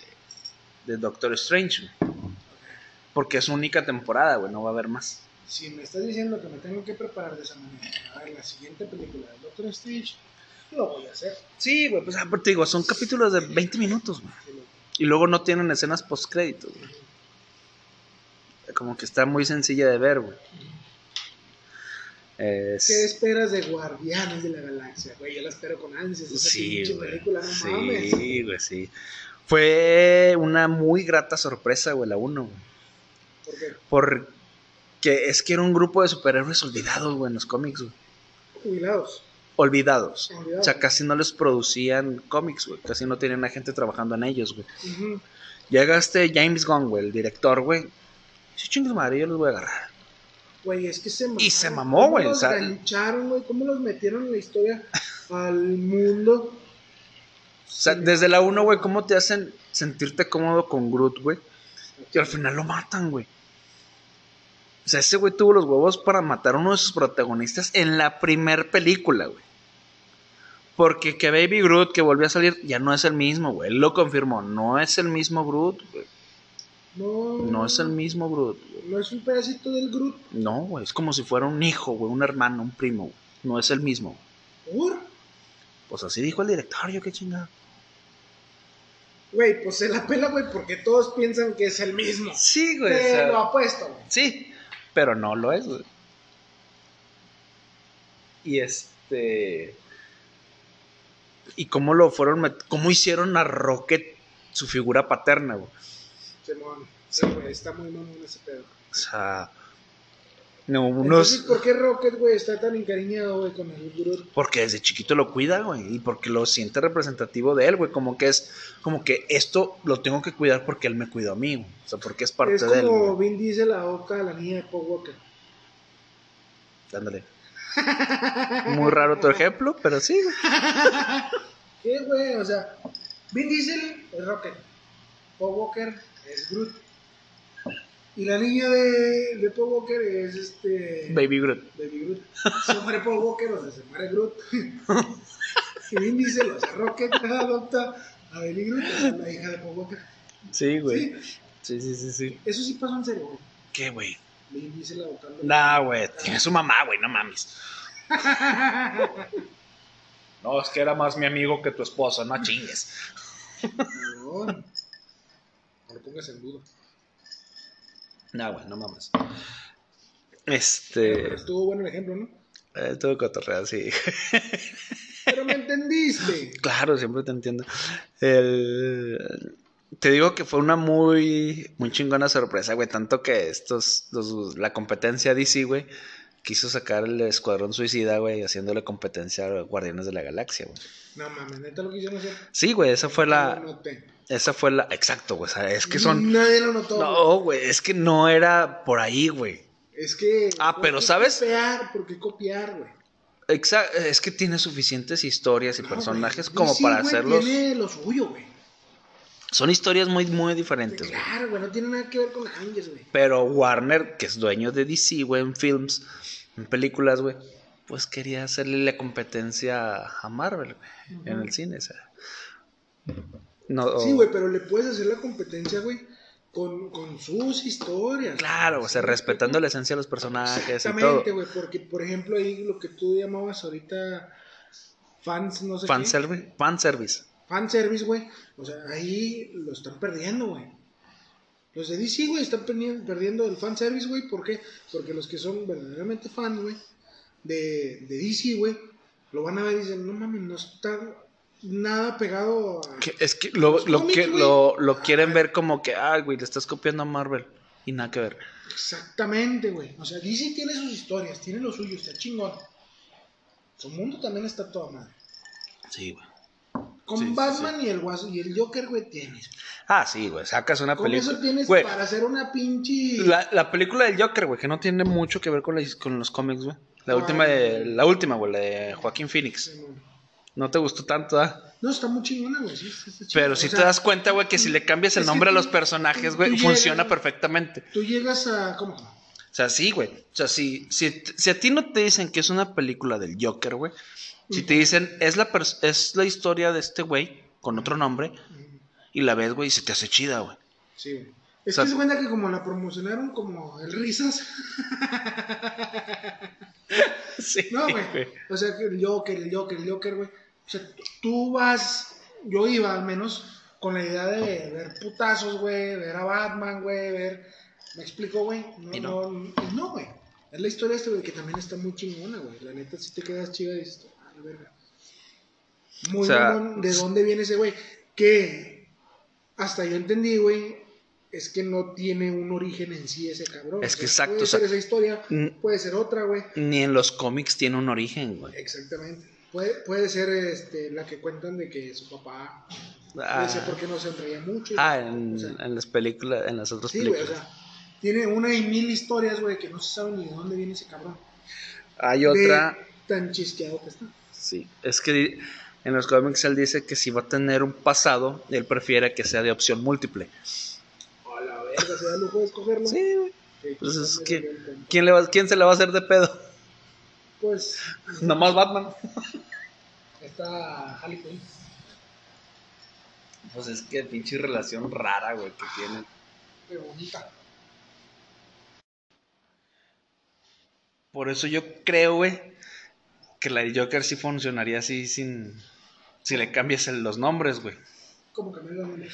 de Doctor Strange, güey. porque es única temporada, güey, no va a haber más. Si me estás diciendo que me tengo que preparar de esa manera para ver la siguiente película de Doctor Strange, lo voy a hacer. Sí, güey, pues aparte digo, son capítulos de 20 minutos, güey. Sí, lo- Y luego no tienen escenas post-créditos, güey. Como que está muy sencilla de ver, güey. Es- ¿Qué esperas de Guardianes de la Galaxia? Güey, yo la espero con ansias. Esa Sí, pinche güey. película, no mames. Sí, güey, sí. Fue una muy grata sorpresa, güey, la 1, güey. Porque, Porque es que era un grupo de superhéroes olvidados, güey, en los cómics, güey. jubilados. Olvidados. Olvidados. O sea, casi no les producían cómics, güey. Casi no tenían a gente trabajando en ellos, güey. Ujú. Llega este James Gunn, güey, el director, güey. Sí, chingue su madre, yo los voy a agarrar. Güey, es que se mamó. Y se mamó, güey, ¿Cómo o sea- los gancharon, güey? ¿Cómo los metieron en la historia al mundo? O sea, desde la 1, güey, ¿cómo te hacen sentirte cómodo con Groot, güey? Y al final lo matan, güey. O sea, ese güey tuvo los huevos para matar a uno de sus protagonistas en la primer película, güey. Porque que Baby Groot que volvió a salir ya no es el mismo, güey. Él lo confirmó, no es el mismo Groot, güey. No, No es el mismo Groot, güey. No es un pedacito del Groot. No, güey, es como si fuera un hijo, güey, un hermano, un primo, güey. No es el mismo. ¿Por? Pues así dijo el director, yo qué chingada. Güey, pues se la pela, güey, porque todos piensan que es el mismo. Sí, güey. (laughs) o Te sea- lo apuesto, güey. Sí, pero no lo es, güey. Y este. ¿Y cómo lo fueron? met- ¿Cómo hicieron a Rocket su figura paterna, güey? Simón. Sí. Sí, güey, está muy mamón ese pedo. O sea. No, Entonces, unos. ¿por qué Rocket, güey, está tan encariñado, güey, con el Groot? Porque desde chiquito lo cuida, güey. Y porque lo siente representativo de él, güey. Como que es. Como que esto lo tengo que cuidar porque él me cuidó a mí, güey. O sea, porque es parte es de él. como güey. Vin Diesel la boca de la niña de Paul Walker. Ándale. Muy raro tu ejemplo, pero sí, güey. ¿Qué, güey? O sea, Vin Diesel es Rocket. Paul Walker es Groot. Y la niña de, de Paul Walker es este. Baby Groot. Baby Groot. Se muere Paul Walker, o sea, se muere Groot. (laughs) y Vin Diesel, o sea, Rocket (laughs) adopta a Baby Groot, o sea, la hija de Paul Walker. Sí, güey. Sí, Sí, sí, sí, sí. eso sí pasó en serio, güey. ¿Qué, güey? Vin Diesel adoptando. Nah, güey, tiene su mamá, güey, no mames. No, es que era más mi amigo que tu esposo, no chingues. No, no lo pongas en duda. Nah, güey, no mames. Pero Este. estuvo bueno el ejemplo, ¿no? eh, todo cotorreo, sí. Pero me entendiste. Claro, siempre te entiendo. El- Te digo que fue una muy, muy chingona sorpresa, güey. Tanto que estos, los- la competencia DC, güey, quiso sacar el Escuadrón Suicida, güey, haciéndole competencia a Guardianes de la Galaxia, güey. No mames, neta lo quisieron hacer. Sí, güey, esa fue No la, lo noté. esa fue la, exacto, güey. o sea, es que son, Nadie lo notó. güey. No, güey, es que no era por ahí, güey. Es que. Ah, ¿por pero qué ¿sabes? Copiar, ¿Por qué copiar, güey? Exa- es que tiene suficientes historias y No, personajes güey. como Sí, para güey, hacerlos. Tiene lo suyo, güey. Son historias muy, muy diferentes, güey. Claro, güey, no tiene nada que ver con Avengers, güey. Pero Warner, que es dueño de DC, güey, en films, en películas, güey, pues quería hacerle la competencia a Marvel, güey, en el cine, o sea. No, o- Sí, güey, pero le puedes hacer la competencia, güey, con, con sus historias. Claro, o sea, respetando la esencia de los personajes y todo. Exactamente, güey, porque, por ejemplo, ahí lo que tú llamabas ahorita fans, no sé qué. Fanservice, fanservice. fanservice, güey. O sea, ahí lo están perdiendo, güey. Los de DC, güey, están perni- perdiendo el fanservice, güey. ¿Por qué? Porque los que son verdaderamente fans, güey, de, de DC, güey, lo van a ver y dicen, no mames, no está nada pegado a... Que- es que lo, Los lo cómics, que, Pues güey. lo, lo quieren ver como que, ah, güey, le estás copiando a Marvel. Y nada que ver. Exactamente, güey. O sea, DC tiene sus historias, tiene lo suyo, está chingón. Su mundo también está toda madre. Sí, güey. Con Sí, sí, Batman y el Guaso y el Joker, güey, tienes. Ah, sí, güey, sacas una Con película. eso tienes Güey, para hacer una pinche... la, la película del Joker, güey, que no tiene mucho que ver con, la- con los cómics, güey. La Ah, última, de, no. la última, güey, la de Joaquín Phoenix. No te gustó tanto, ¿ah? No, está muy chingona, güey. sí, sí, está chingona. Pero O si sea, te das cuenta, güey, que si le cambias el es que nombre a tú- los personajes, tú güey, llegas- funciona perfectamente. Tú llegas a. ¿Cómo? O sea, sí, güey. O sea, si, si, si a ti no te dicen que es una película del Joker, güey. Si te dicen, es la, pers- es la historia de este güey, con otro nombre, y la ves, güey, y se te hace chida, (laughs) güey. Sí, güey. Es O sea, que se cuenta que como la promocionaron como el risas. Sí, No, (laughs) güey. Este. O sea, que el Joker, el Joker, el Joker, güey. O sea, tú vas. Yo iba al menos con la idea de ver putazos, güey. Ver a Batman, güey. Ver. Me explico, güey. No, Y no. no, no, no, güey. Es la historia esta, güey, que también está muy chingona, güey. La neta, si te quedas chida y dices, "Ah, la verga. Muy O sea, pues, mamón, ¿de dónde viene ese güey? Que hasta yo entendí, güey, es que no tiene un origen en sí ese cabrón. Es que O sea, exacto, Puede o sea, ser esa historia, mm. puede ser otra, güey. Ni en los cómics tiene un origen, güey. Eh, Exactamente. Puede, puede ser este, la que cuentan de que su papá Ah, decía por qué no se entreía mucho. ah, en, O sea, en las películas, en las otras sí, güey, películas. o sea, tiene una y mil historias, güey, que no se sabe ni de dónde viene ese cabrón. Hay De otra, tan chisqueado que está. sí. Es que di- en los cómics él dice que si va a tener un pasado, él prefiere que sea de opción múltiple. A la verga, se da el lujo de escogerlo. Sí, güey. Sí, Pues es me que, salió el compa. ¿quién, le va- ¿quién se la va a hacer de pedo? (laughs) Pues Nomás Batman. está Harley Quinn. Pues es que pinche relación rara, güey, que tienen. Pero bonita. Por eso yo creo, güey, que la de Joker sí funcionaría así sin. Si le cambias el- los nombres, güey. Como que me lo nombre.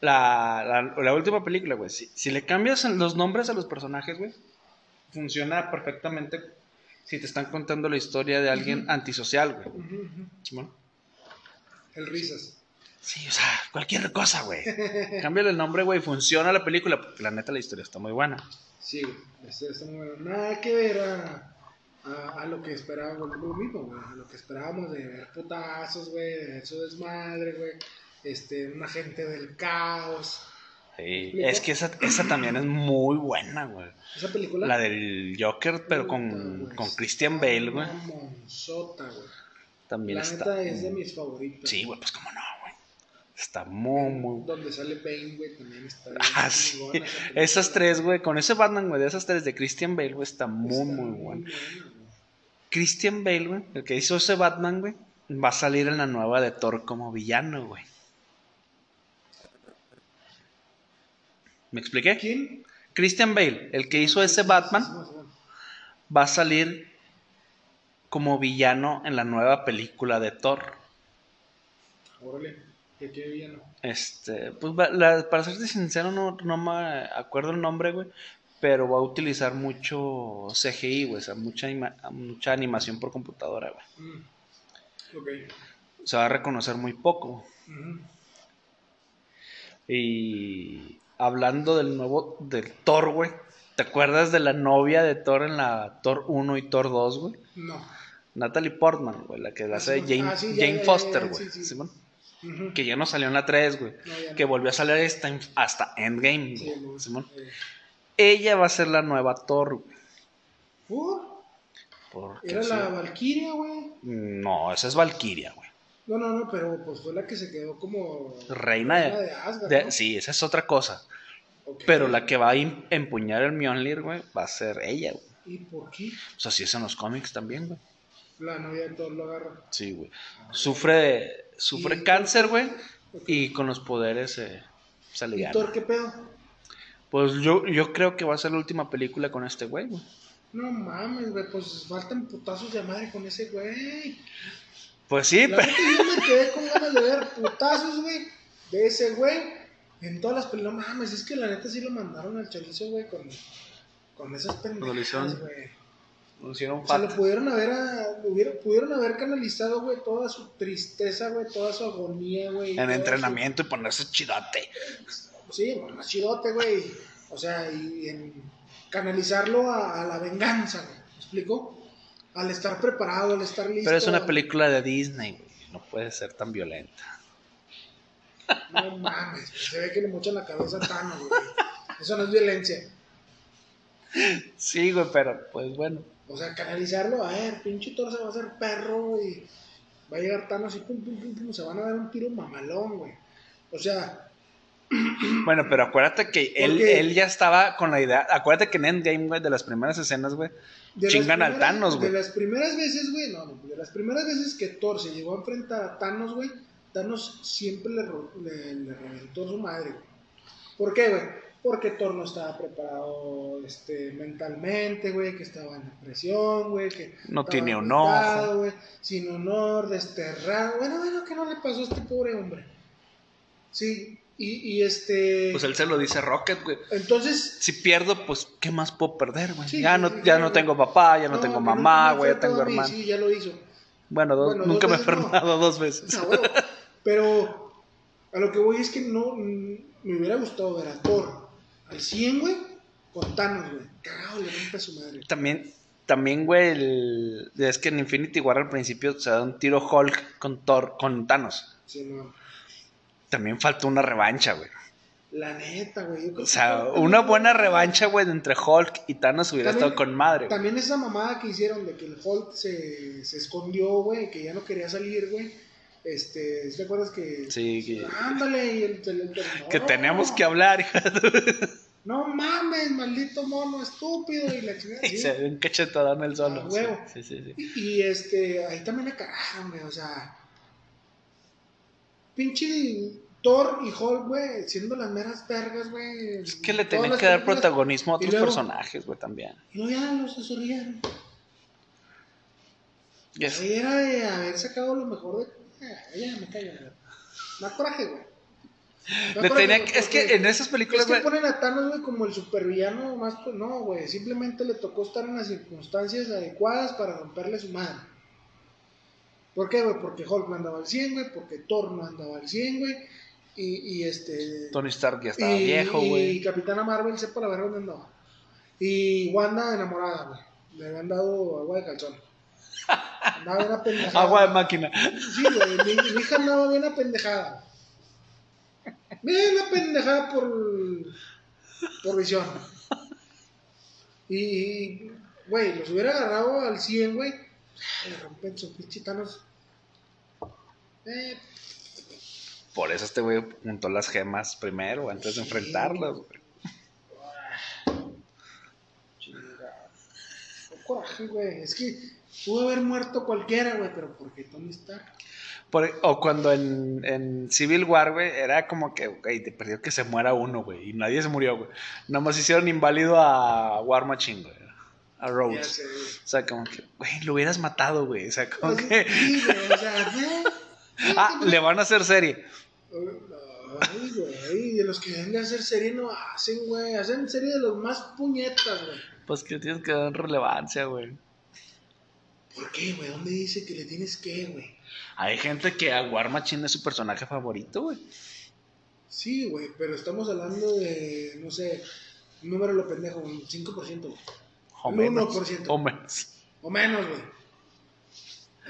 La, la- la última película, güey. Si, si le cambias el- los nombres a los personajes, güey, funciona perfectamente si te están contando la historia de alguien Ujú. antisocial, güey. Ujú, ujú. Simón. El risas. Sí, o sea, cualquier cosa, güey. (laughs) Cámbiale el nombre, güey, funciona la película. Porque la neta, la historia está muy buena. Sí, güey. Este está muy bueno. Nada que ver a, a, a lo que esperábamos, lo mismo, güey. A lo que esperábamos de ver putazos, güey, de ver su desmadre, güey. Este, un agente del caos. Sí, ¿Me es que esa, esa también es muy buena, güey. Esa película. La del Joker, pero Puta, con, güey, con está Christian Bale, güey. Una monzota, güey. También La está. neta es de mis favoritas. Sí, güey, pues cómo no, güey. Está muy, muy. Donde sale Bane, güey, también está. bien Ah, sí. chingona esa película. Esas tres, güey, con ese Batman, güey, de esas tres de Christian Bale, güey, está muy, Está muy buena. buena, Christian Bale, güey, el que hizo ese Batman, güey, va a salir en la nueva de Thor como villano, güey. ¿Me expliqué? güey. ¿Quién? Christian Bale, el que hizo ese Batman, Sí, sí, sí. va a salir como villano en la nueva película de Thor. Órale, que qué bien. Este, pues va- la- para serte sincero, no, no me acuerdo el nombre, güey. Pero va a utilizar mucho CGI, güey. O sea, mucha, ima- mucha animación por computadora, güey. Mm. Ok. Se va a reconocer muy poco. Ujú. Y hablando del nuevo, del Thor, güey. ¿Te acuerdas de la novia de Thor en la Thor 1 y Thor 2, güey? No. Natalie Portman, güey, la que la Ah, hace sí, Jane, ah, sí, ya, ya, Jane ya, Foster, ya, güey. sí, sí. Simón. Ujú. Que ya no salió en la 3, güey. No, ya no. Que volvió a salir hasta, en- hasta Endgame, Sí, güey. no. Simón. Eh, Ella va a ser la nueva Thor, güey. uh, Porque Era sí. la Valkyria, güey. No, esa es Valkyria, güey. No, no, no, pero pues fue la que se quedó como. Reina reina de... de Asgard. de- ¿no? Sí, esa es otra cosa. Ok. Pero la que va a im- empuñar el Mjolnir, güey, va a ser ella, güey. ¿Y por qué? O sea, sí es en los cómics también, güey. La novia de Thor lo agarra. Sí, güey. Sufre, de- sufre cáncer, güey. Ok. Y con los poderes eh, se le ¿Y gana. Thor qué pedo? Pues yo, yo creo que va a ser la última película con este güey, güey. No mames, güey, pues faltan putazos de madre con ese güey. Pues sí, La pero... neta, yo me quedé con ganas de ver putazos, güey, de ese güey. En todas las películas, no mames, es que la neta sí lo mandaron al chorizo, güey, con, con esas lo hicieron. pendejadas, güey. Lo pues, hicieron O sea, lo fatal. pudieron haber, a- hubiera- pudieron haber canalizado, güey, toda su tristeza, güey, toda su agonía, güey. En toda su- entrenamiento y ponerse chidote. Sí, bueno, más chidote, güey. O sea, y en canalizarlo a, a la venganza, güey. ¿Me explico? Al estar preparado, al estar listo. Pero es una a- película de Disney, güey. No puede ser tan violenta. No mames, se ve que le mochan la cabeza a Thanos, güey. Eso no es violencia. Sí, güey, pero pues bueno. O sea, canalizarlo, a ver, pinche toro se va a hacer perro y va a llegar Thanos y pum, pum, pum, pum, se van a dar un tiro mamalón, güey. O sea, Bueno, pero acuérdate que él, Porque- él ya estaba con la idea. Acuérdate que en Endgame, güey, de las primeras escenas, güey. de las Chingan al primeras- Thanos, güey. De las primeras veces, güey, no, no, de las primeras veces que Thor se llegó a enfrentar a Thanos, güey, Thanos siempre le, ro- le- le reventó su madre, güey. ¿Por qué, güey? Porque Thor no estaba preparado este, mentalmente, güey, que estaba en depresión, güey, que... No estaba tiene un agotado, ojo. Ah, güey, sin honor, desterrado. Bueno, bueno, ¿qué no le pasó a este pobre hombre? Sí, y, y este... Pues él se lo dice a Rocket, güey. Entonces, Si pierdo, pues, ¿qué más puedo perder, güey? Sí, ya sí, no, sí, ya sí, no güey. tengo papá, ya no, tengo que mamá, me güey, ya afectó tengo a mí, hermano. Sí, ya lo hizo. (laughs) Bueno, dos- Bueno, dos nunca me he veces no. enfermado dos veces. Ah, huevo. Pero a lo que voy es que no mm, me hubiera gustado ver a Thor al 100, güey, con Thanos, güey. Cagado, le rompe su madre. También, también, güey, el- es que en Infinity War al principio se da un tiro Hulk con Thor, con Thanos. Sí, no. También falta una revancha, güey. La neta, güey. yo creo O que sea, Thor- una buena revancha, güey, entre Hulk y Thanos hubiera También- estado con madre. güey. También esa mamada que hicieron de que el Hulk se, se escondió, güey, que ya no quería salir, güey. Este, ¿sí ¿te acuerdas que? Sí, que- Ándale, y el, el- el- Que no. teníamos que hablar, hija. No mames, maldito mono estúpido y la chingada. Y (laughs) sí. se ve un cachetadón el solo. Ah, sí, huevo. sí, sí, sí. Y, y, este, ahí también la cagaron, güey, o sea. Pinche Thor y Hulk, güey, siendo las meras vergas, güey. Es que le Todas tenían las que dar películas. protagonismo a Y otros luego- personajes, güey, también. Y luego ya los desarrollaron. Ya sé. Ahí era de haber sacado lo mejor de. Ah, Ya me callo, güey. Da coraje, güey. Da Le coraje, tenía güey, que- es que porque- en esas películas, Es que güey. ponen a Thanos, güey, como el supervillano más. pues, No, güey. Simplemente le tocó estar en las circunstancias adecuadas para romperle su madre. ¿Por qué, güey? Porque Hulk no andaba al 100, güey. Porque Thor no andaba al 100, güey. Y, y este. Tony Stark ya estaba y- viejo, Y güey. Capitana Marvel sepa la verga dónde andaba. Y Wanda enamorada, güey. Le habían dado agua de calzón. Andaba bien apendejada. Agua de máquina. Sí, güey, mi, mi hija andaba bien apendejada. Bien apendejada por, por visión. Y, y, güey, los hubiera agarrado al 100, güey. Le rompen sus pichitanos. Eh, Por eso este güey juntó las gemas primero, antes de Sí. enfrentarlas, güey. chinga. Qué coraje, güey. Es que pudo haber muerto cualquiera, güey, pero porque Tony Stark. Por- e, o cuando en, en Civil War, güey, era como que, güey, te perdió que se muera uno, güey. Y nadie se murió, güey. Nomás hicieron inválido a War Machine, güey. A Rhodes. Ya sé, güey. O sea, como que, güey, lo hubieras matado, güey. O sea, como O sea, que. Sí, güey, o sea, ¿eh? (laughs) Ah, le van a hacer serie. Ay, güey, de los que vengan a hacer serie no hacen, güey. Hacen serie de los más puñetas, güey. Pues que tienes que dar relevancia, güey. ¿Por qué, güey? ¿Dónde dice que le tienes que, güey? Hay gente que a War Machine es su personaje favorito, güey. Sí, güey, pero estamos hablando de, no sé, un número lo pendejo, un 5%, güey. O Un menos. 1%. O menos. O menos, güey.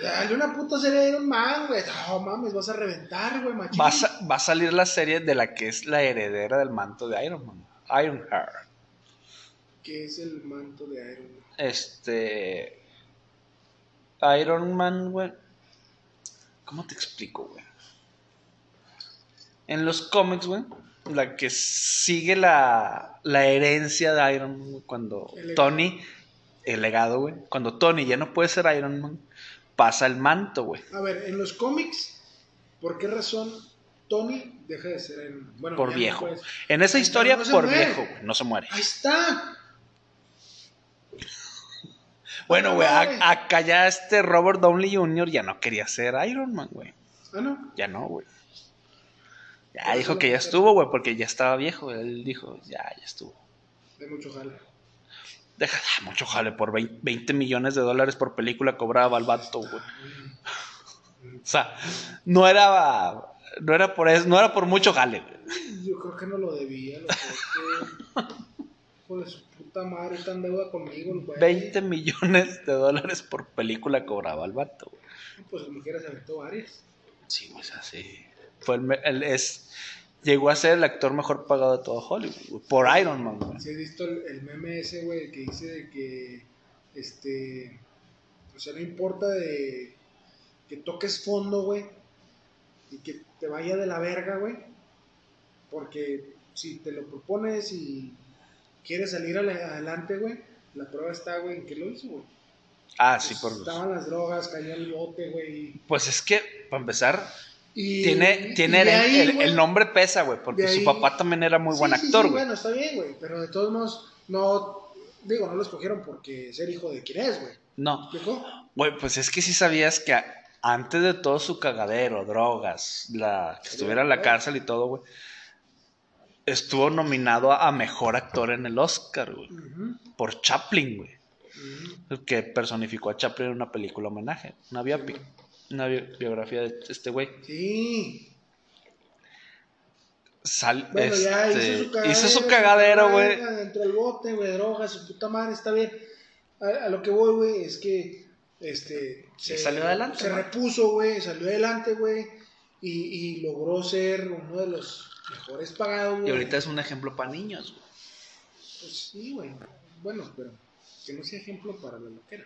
Dale una puta serie de Iron Man, güey. No mames, vas a reventar, güey, machín. Va a, sa- va a salir la serie de la que es la heredera del manto de Iron Man. Ironheart. Que es el manto de Iron Man. Este. Iron Man, güey. ¿Cómo te explico, güey? En los cómics, güey, la que sigue la, la herencia de Iron Man, güey, cuando El legado. Tony, el legado, güey, cuando Tony ya no puede ser Iron Man, pasa el manto, güey. A ver, en los cómics, ¿por qué razón Tony deja de ser Iron Man? Bueno, Por ya no viejo. puede ser. En esa Pero historia, no se por muere. viejo, güey, no se muere. Ahí está. Bueno, güey, Ay. a- acá ya este Robert Downey Jr. ya no quería ser Iron Man, güey. Ah, no. Ya no, güey. Ya Pero dijo solo que ya mujer. estuvo, güey, porque ya estaba viejo. Él dijo, ya, ya estuvo. De mucho jale. Deja, ah, mucho jale, por vein- 20 millones de dólares por película cobraba el vato, güey. O sea, no era, no era por eso, no era por mucho jale, güey. Yo creo que no lo debía. Lo que... (laughs) Hijo de su puta madre, está en deuda conmigo, el güey. 20 millones de dólares por película cobraba el vato, güey. Pues como quiera se aventó varias. Sí, güey, o sea, sí. Fue el, me- el- es, llegó a ser el actor mejor pagado de todo Hollywood, güey, por Iron Man, güey. Si has visto el, el meme ese, güey, que dice de que, este, o sea, no importa de que toques fondo, güey, y que te vaya de la verga, güey, porque si te lo propones y quieres salir ale- adelante, güey, la prueba está, güey, en que lo hizo, güey. Pues, Ah, sí, por Estaban las drogas, cayó el bote, güey. Pues es que, para empezar, y- Tiene, y- tiene y de heren- ahí, el, güey, el nombre pesa, güey, porque de su ahí- papá también era muy Sí, buen sí, sí, actor, güey. bueno, está bien, güey, pero de todos modos, no, digo, no lo escogieron porque ser hijo de quién es, güey. No, ¿Explicó? güey, pues es que sí sabías que a- antes de todo su cagadero, drogas, la que estuviera en la cárcel y todo, güey, estuvo nominado a, a mejor actor en el Oscar, güey, Ujú, por Chaplin, güey, ujú. el que personificó a Chaplin en una película homenaje, una biopic, una bi- biografía de este güey. Sí. Sal- Bueno, ya este, hizo su cagadero. su cagadero, güey. droga, Dentro del bote, güey, drogas, su puta madre, está bien. A, a lo que voy, güey, es que. Este. Sí, salió adelante, Se ¿no? repuso, güey, salió adelante, güey. Y, y logró ser uno de los mejores pagados, güey. Y ahorita es un ejemplo para niños, güey. Pues sí, güey. Bueno, pero. Que no sea ejemplo para la loquera.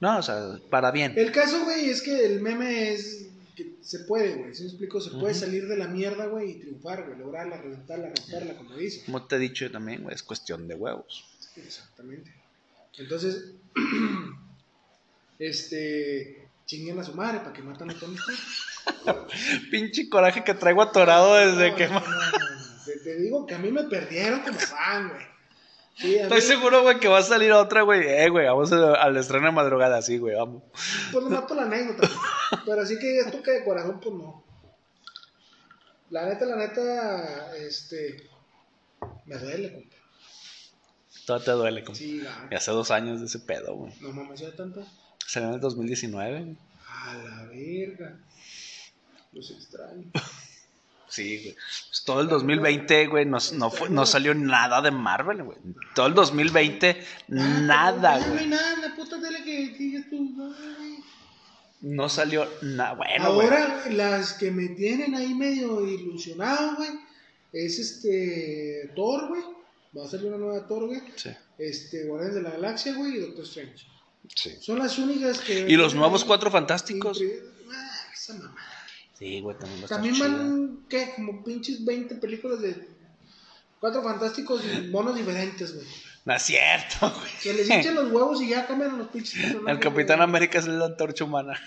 No, o sea, para bien. El caso, güey, es que el meme es. Que se puede, güey. Si me explico, se puede Ujú. salir de la mierda, güey, y triunfar, güey. Lograrla, reventarla, romperla, como dice. Como te he dicho también, güey, es cuestión de huevos. Exactamente. Entonces, (clears throat) este, chinguen a su madre para que matan a Tony Stark. Pinche coraje que traigo atorado desde No, que. (laughs) no, no, no. Te, te digo que a mí me perdieron como fan, güey. Sí, a mí, Estoy seguro, güey, que va a salir otra, güey. Eh, güey, vamos a- al estreno de madrugada, sí, güey, vamos. pues no mato la anécdota. güey. Pero así que digas tú que de corazón, pues no. La neta, la neta, este, me duele, compa. Todo te duele, como. Sí, la- Y hace dos años de ese pedo, güey. no mames, ya tanto. Salió en el 2019. güey. A la verga. Los extraño. Sí, güey. Pues todo el 2020, güey, nos- no, fue- no salió nada de Marvel, güey. Todo el 2020, (laughs) nada, Ah, No hay güey. nada en la puta tele que digas tú. no, güey. No salió nada. Bueno, güey. Ahora, las que me tienen ahí medio ilusionado, güey, es este. Thor, güey. Va a salir una nueva Thor, güey. Sí, Este, Guardianes de la Galaxia, güey, y Doctor Strange. sí. Son las únicas que. Y los nuevos cuatro fantásticos. Ah, esa mamada. Sí, güey, también va a estar También chido. van, ¿qué? Como pinches 20 películas de. Cuatro fantásticos y monos diferentes, güey. No es cierto, güey. Se (laughs) les hinchen los huevos y ya cambian a los pinches. personajes, El Capitán güey. América es la antorcha humana.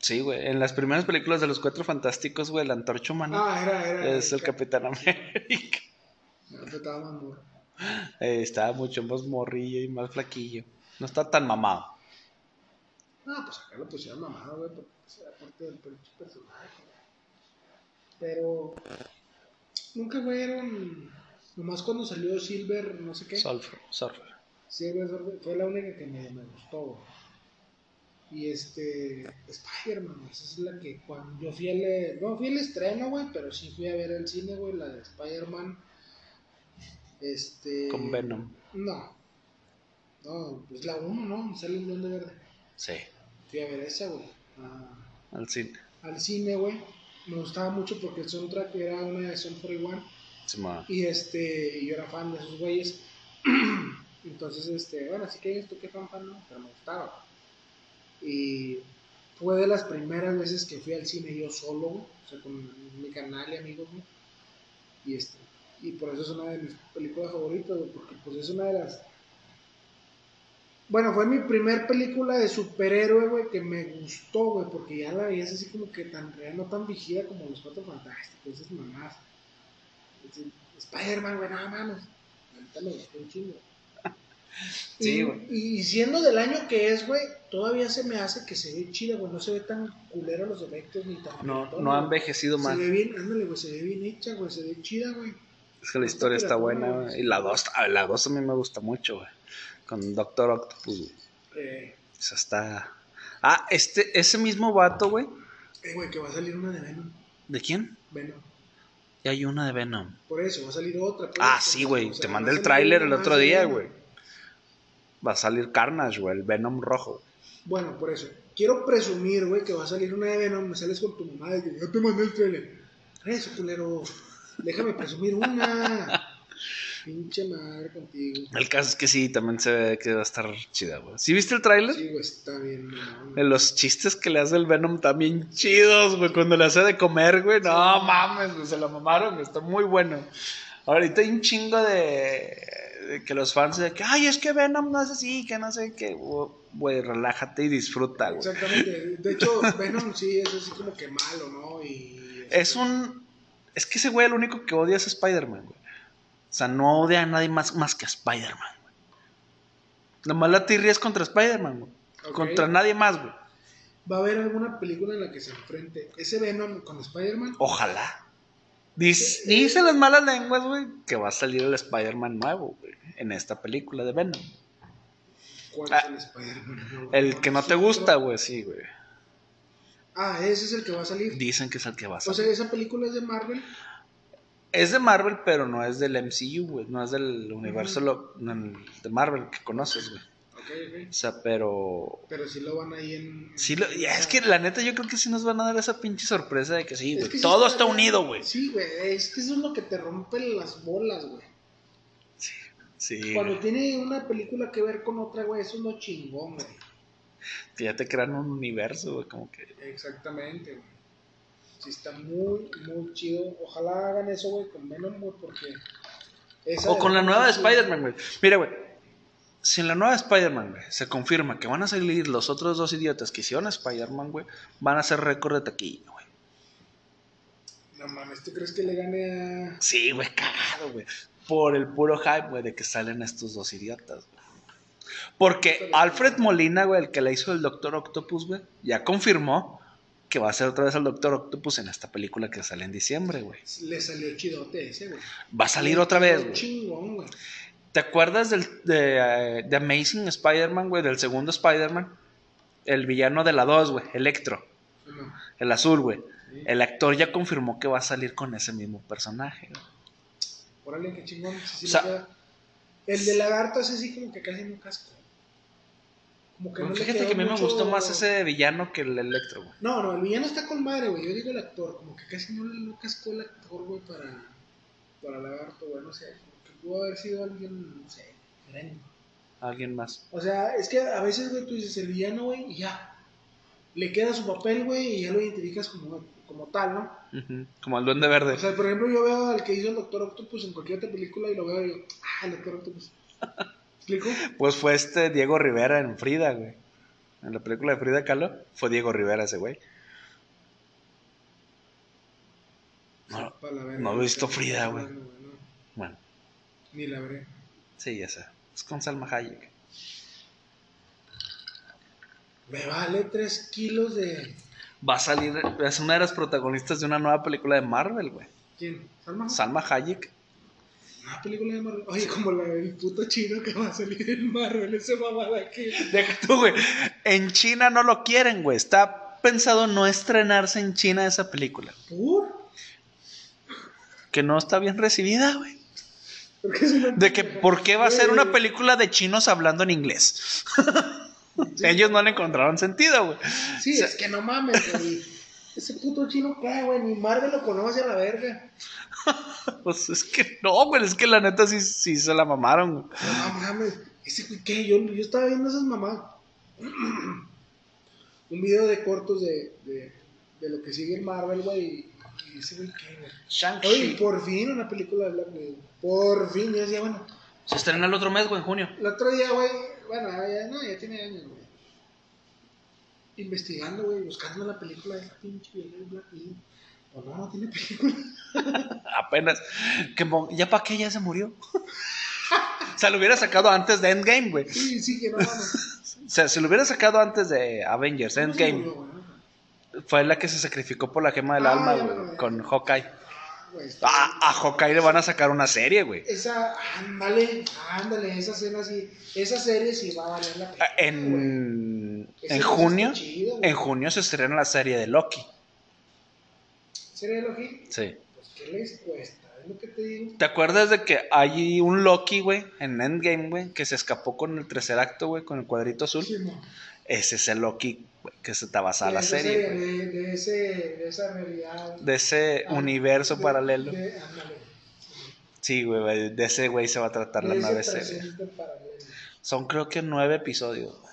Sí, güey. En las primeras películas de los Cuatro Fantásticos, güey, la antorcha humana Ah, era, era. es el Capitán América. No, pero estaba más morro. Eh, estaba mucho más morrillo y más flaquillo. No está tan mamado. No, pues acá lo pusieron mamado, güey, porque pues, era parte del per- personaje. güey. Pero nunca fueron. Nomás cuando salió Silver, no sé qué. Sulfur, sulfur. Silver Surfer fue la única que me, me gustó, güey. Y este. Spider-Man, esa es la que cuando yo fui al. No fui al estreno, güey, pero sí fui a ver al cine, güey, la de Spider-Man. Este. Con Venom. No. No, es la 1, ¿no? Sale el Duende Verde. Sí, Fui a ver esa, güey. a- al cine. al cine, güey. Me gustaba mucho porque el soundtrack era una de Son 41. Simón. Y este, y yo era fan de esos güeyes. (clears throat) Entonces, este, bueno, así que dices tú que fan, fan, no, pero me gustaba. Y fue de las primeras veces que fui al cine yo solo, güey, o sea, con mi canal y amigos, güey. Y, este, y por eso es una de mis películas favoritas, güey, porque pues es una de las... Bueno, fue mi primer película de superhéroe, güey, que me gustó, güey, porque ya la veías así como que tan real, no tan vigida como Los Cuatro Fantásticos, esas mamás. Spider-Man, güey, nada mames. Ahorita me gustó un chingo. (laughs) Sí, Y- güey. Y, siendo del año que es, güey, todavía se me hace que se ve chida, güey. No se ve tan culera los efectos ni tan. No, todo, no ha güey. envejecido Se mal. ve bien, ándale, güey, se ve bien hecha, güey, se ve chida, güey. Es que la historia está buena, güey. Y la 2, la 2 a mí me gusta mucho, güey. Con Doctor Octopus, güey. Eh, O sea, está. Ah, este, ese mismo vato, güey. eh, güey, que va a salir una de Venom. ¿De quién? Venom. Y hay una de Venom. Por eso, va a salir otra. pues, Ah, porque, sí, güey. o sea, Te va mandé a el salir tráiler una el más otro de día, Venom. güey. Va a salir Carnage, güey. El Venom rojo. Bueno, por eso. Quiero presumir, güey, que va a salir una de Venom. Me sales con tu mamá y yo te mandé el trailer. Eso, culero. Déjame (laughs) presumir una. Pinche madre contigo. El caso es que sí, también se ve que va a estar chida, güey. ¿Sí viste el tráiler? Sí, güey, está bien, mamón. De Los chistes que le hace el Venom también chidos, güey. Cuando le hace de comer, güey. No mames, güey. Se lo mamaron, güey. Está muy bueno. Ahorita hay un chingo de, de que los fans de que, ay, es que Venom no es así, que no sé qué. Güey, relájate y disfruta, güey. Exactamente. De hecho, Venom sí es así como que malo, ¿no? Y Es un. Es que ese güey el único que odia es a Spider-Man, güey. O sea, no odia a nadie más, más que a Spider-Man, güey. Nomás la tirria es contra Spider-Man, güey. Ok. Contra nadie más, güey. ¿Va a haber alguna película en la que se enfrente ese Venom con Spider-Man? Ojalá. Dice, dice las malas lenguas, güey, que va a salir el Spider-Man nuevo, güey, en esta película de Venom. ¿Cuál es el Spider-Man? No, Ah, El que no te sí, gusta, otro. güey, sí, güey. Ah, ese es el que va a salir. Dicen que es el que va a O sea, salir. esa película es de Marvel. Es de Marvel, pero no es del MCU, güey. No es del universo lo- no, de Marvel que conoces, güey. Ok, O ok. sea, pero Pero sí lo van ahí en. Sí, lo- ya, es que Es la neta yo creo que sí nos van a dar esa pinche sorpresa de que sí, güey. que sí Todo está unido, güey. Sí, güey. Es que eso es lo que te rompe las bolas, güey. Sí, Cuando güey. tiene una película que ver con otra, güey, eso es lo chingón, güey. Que ya te crean un universo, güey, como que... Exactamente, güey. Sí, está muy, muy chido. Ojalá hagan eso, güey, con Venom, güey, porque. esa O con la Venom nueva de sí- Spider-Man, güey. Mira, güey. Si en la nueva de Spider-Man, güey, se confirma que van a salir los otros dos idiotas que hicieron a Spider-Man, güey, van a ser récord de taquilla, güey. No mames, ¿tú crees que le gane a.? Sí, güey, cagado, güey. Por el puro hype, güey, de que salen estos dos idiotas, güey. Porque Alfred Molina, güey, el que la hizo el Doctor Octopus, güey, ya confirmó que va a ser otra vez el Doctor Octopus en esta película que sale en diciembre, güey. Le salió chidote ese, güey. Va a salir otra vez, Un güey. chingón, güey. ¿Te acuerdas del, de, eh, de Amazing Spider-Man, güey? Del segundo Spider-Man. El villano de la 2, güey. Electro. No. El azul, güey. Sí. El actor ya confirmó que va a salir con ese mismo personaje. güey. Órale, qué chingón. O sí, sí le sea- queda. el de lagarto es así como que casi no casco. Como que no le Fíjate quedó que a mí me mucho- gustó más ese villano que el Electro, güey. No, no, el villano está con madre, güey. Yo digo el actor, como que casi no le no cascó el actor, güey, para, para lagarto, güey. No sé, como que pudo haber sido alguien, no sé, diferente. Alguien más. O sea, es que a veces, güey, tú dices el villano, güey, y ya. Le queda su papel, güey, y ya lo identificas como, como tal, ¿no? Ujú. Como el Duende Verde. O sea, por ejemplo, yo veo al que hizo el Doctor Octopus en cualquier otra película y lo veo y digo, ah, el Doctor Octopus. ¿Explico? Pues fue este Diego Rivera en Frida, güey. En la película de Frida Kahlo fue Diego Rivera ese güey. No, Pa' la verga, no lo he visto sé, Frida, no, güey. no, no, bueno, Ni la veré. sí, ya sé. Es con Salma Hayek. Me vale 3 kilos de. Va a salir, es una de las protagonistas de una nueva película de Marvel, güey. ¿Quién? ¿Salma? Salma Hayek. Una película de Marvel. Oye, como la del puto chino que va a salir en Marvel, ese mamada que. Deja tú, güey. En China no lo quieren, güey. Está pensado no estrenarse en China esa película. ¿Por? Que no está bien recibida, güey. ¿Por qué es una De que, ¿por qué va a ser una Güey, película de chinos hablando en (laughs) inglés? Ellos no le encontraron sentido, güey. Sí, es que no mames, güey. Ese puto chino cae, güey. Ni Marvel lo conoce a la verga. Pues es que no, güey, es que la neta sí, sí se la mamaron. güey. No mames. Ese güey, ¿qué? Yo, yo estaba viendo esas mamás. un video de cortos de, de, de lo que sigue en Marvel, güey. Y dice, güey, ¿qué, güey? Oye, y Shang-Chi. por fin una película de Black Widow. Por fin, ya decía, bueno. Se estrena el otro mes, güey, en junio. El otro día, güey, bueno, ya, no, ya tiene años, güey. Investigando, güey, buscando la película de esa pinche vieja de Black Widow. Pues no, no tiene película. Apenas. Que mo- ¿Ya para qué? Ya se murió. (laughs) o sea, lo hubiera sacado antes de Endgame, güey. Sí, sí, que no, mames. O sea, si lo hubiera sacado antes de Avengers No se Endgame, murió, güey, no, fue la que se sacrificó por la gema del Ah, alma, ya me güey, acordé. con Hawkeye. güey, está- Ah, a Hawkeye le van a sacar una serie, güey. Esa, ándale, ándale, esa escena sí, esa serie sí va a valer la pena. Ah, En, güey. Esa en cosa junio, está chida, güey. en junio se estrena la serie de Loki. ¿Serie de Loki? Sí. Pues, ¿qué les cuesta? Es lo que te digo. ¿Te acuerdas de que hay un Loki, güey, en Endgame, güey, que se escapó con el tercer acto, güey, con el cuadrito azul? Simón. Ese es el Loki güey, que se te basada De la esa serie, güey. de, de ese, de esa realidad. De ese Ah, universo de- paralelo. de- ándale. Sí, güey, güey, de ese güey se va a tratar la De ese nueva serie. presente paralelo. Son creo que nueve episodios. güey.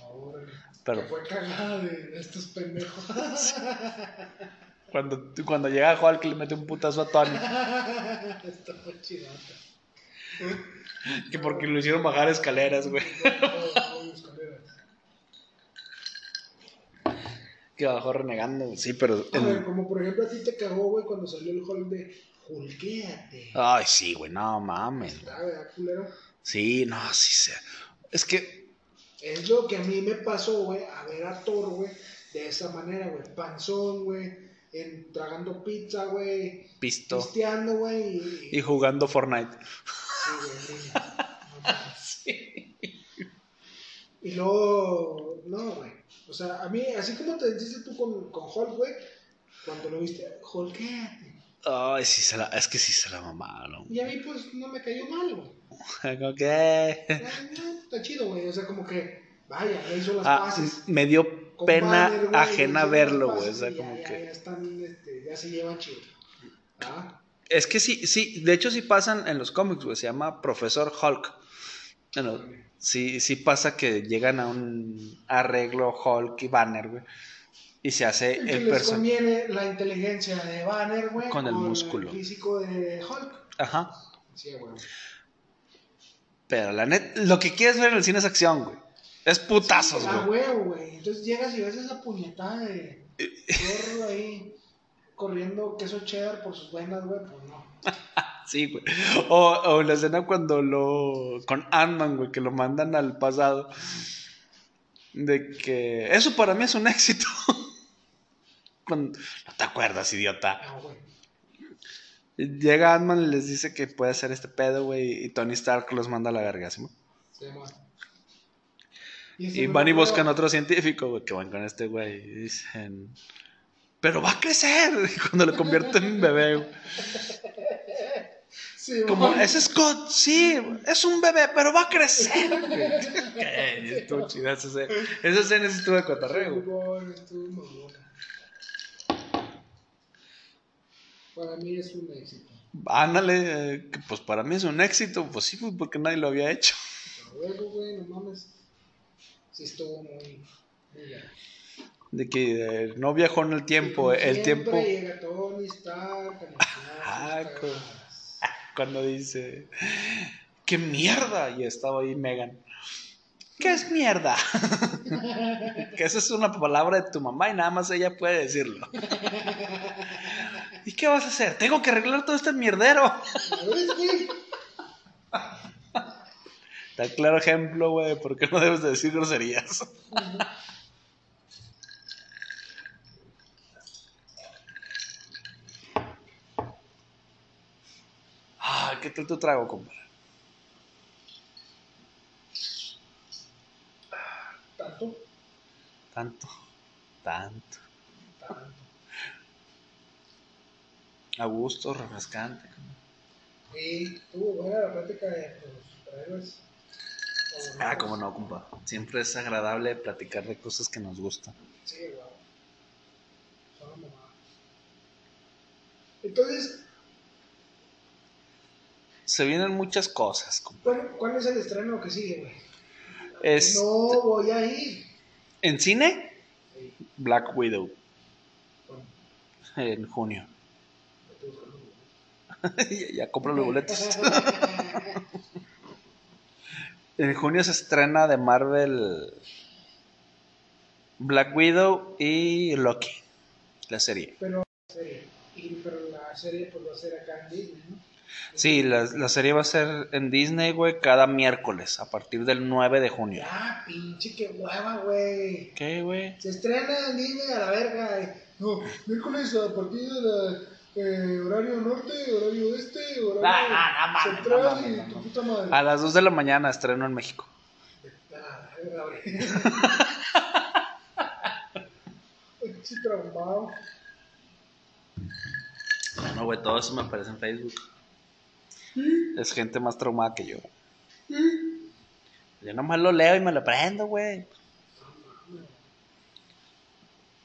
Ahora, Pero- que fue cagada de, de estos pendejos. Cuando, cuando llega Hulk le mete un putazo a Tony. Está muy chidata. Que porque lo hicieron bajar escaleras, güey. Que bajó renegando. güey. Sí, pero... A en- ver, como por ejemplo a ti te cagó, güey, cuando salió el Hulk de Hulquéate. Ay, sí, güey, no mames. Está, ¿verdad, culero? Sí, no, sí sea. Es que... Es lo que a mí me pasó, güey, a ver a Thor, güey, de esa manera, güey. Panzón, güey, en- tragando pizza, güey, Pisto. pisteando, güey. Y, Y jugando Fortnite. Sí, güey, niño. No mames. Y luego, no, güey. O sea, a mí, así como te hiciste tú con, con Hulk, güey, cuando lo viste, Hulkéate. Ay, sí se la... Es que sí se la mamaron. Y a mí, pues, no me cayó mal, güey. (laughs) Como que... eh. Ay, no, Está chido, güey. O sea, como que, vaya, ya hizo las Ah, paces. me dio con pena Banner, güey, ya ajena hizo verlo, las güey. O paces sea, y ya- como ya, que... Ya, están, este, ya se llevan chido. ¿Ah? Es que sí, sí, de hecho sí pasan en los cómics, güey, se llama Profesor Hulk. Bueno, sí, sí pasa que llegan a un arreglo Hulk y Banner, güey, y se hace Que el les personaje. conviene la inteligencia de Banner, güey. Con el músculo. El físico de Hulk. Ajá. Sí, güey. Pero la neta, lo que quieres ver en el cine es acción, güey. Es putazos, Sí, a güey. Ah, huevo, güey. Entonces llegas y ves esa puñetada de gorro ahí corriendo queso cheddar por sus venas, güey. Pues no. Sí, güey. O, o la escena cuando lo. con Ant-Man, güey, que lo mandan al pasado. De que. Eso para mí es un éxito. (laughs) Cuando- No te acuerdas, idiota. No, güey. Llega Ant-Man y les dice que puede hacer este pedo, güey, y Tony Stark los manda a la verga, ¿sí, güey? Se llama. Y van y buscan otro científico, güey, que van con este güey y dicen, pero va a crecer (laughs) y cuando lo convierte en bebé, güey. Sí, Como, güey. es Scott, sí, es un bebé, pero va a crecer. güey". Estuvo chida esa escena. Esa escena sí estuvo de cotarreo, güey. Fútbol, estuvo mamón. Para mí es un éxito. Ándale, eh, que, pues para mí es un éxito, pues sí, güey, porque nadie lo había hecho. Pero luego, güey, no mames. Sí, estuvo muy. muy bien. De que eh, no viajó en el tiempo, eh, Y como el siempre tiempo... Llega Tony Stark. como que Ah, no, sus con- cagadas. cuando dice, ¡qué mierda! Y estaba ahí Megan. ¿Qué es mierda? (laughs) que esa es una palabra de tu mamá y nada más ella puede decirlo. (laughs) ¿Y qué vas a hacer? Tengo que arreglar todo este mierdero. ¿Lo ves, güey? Está claro ejemplo, güey, porque no debes de decir groserías. (laughs) Ah, ¿qué tal tu trago, compadre? Tanto, Tanto, tanto. tanto. A gusto, refrescante. Y tuvo buena la plática de los trailers. Ah, cómo no, compa. Siempre es agradable platicar de cosas que nos gustan. Sí, guau. Son una mamada. Entonces, Se vienen muchas cosas, compa. ¿cuál, cuál es el estreno que sigue, güey? Es, No voy a ir. En cine, Sí, Black Widow, bueno, en junio. (laughs) estoy buscando un ya, ya cómprale boleto. (laughs) boletos. En junio se estrena de Marvel Black Widow y Loki, la serie. pero, la serie, y, pero la serie pues va a ser acá en Disney, ¿no? Sí, la, la serie va a ser en Disney, güey, cada miércoles, a partir del 9 de junio. Ah, pinche que hueva, güey. ¿Qué, güey? Se estrena en Disney a la verga. eh. No, miércoles a partir de la, eh, horario norte, horario este, horario Ah, ah, no mames, central no mames, y no tu mames. Ah. puta madre. A las 2 de la mañana estreno en México. Vete a la verga, (laughs) güey. Pinche traumado. Bueno, güey, todo eso me aparece en Facebook. Es gente más traumada que yo. Yo nomás lo leo y me lo prendo, güey.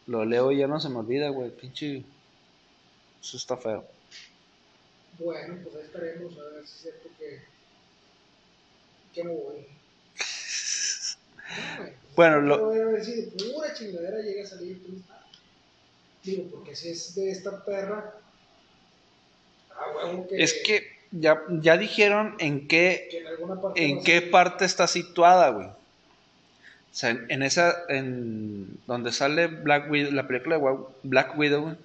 Lo leo y ya no se me olvida, güey. Pinche. Eso está feo. Bueno, pues ahí estaremos a ver si es cierto que, que no voy. No, güey. pues, Bueno, Yo lo. voy a ver si de pura chingadera llega a salir Crystal. Digo, porque si es de esta perra. Ah, huevo que. Es que ya, ya dijeron en qué, que en alguna parte. va en a qué ser- parte está situada, güey. O sea, en, en esa. En donde sale Black Widow, la película de Wa- Black Widow, güey.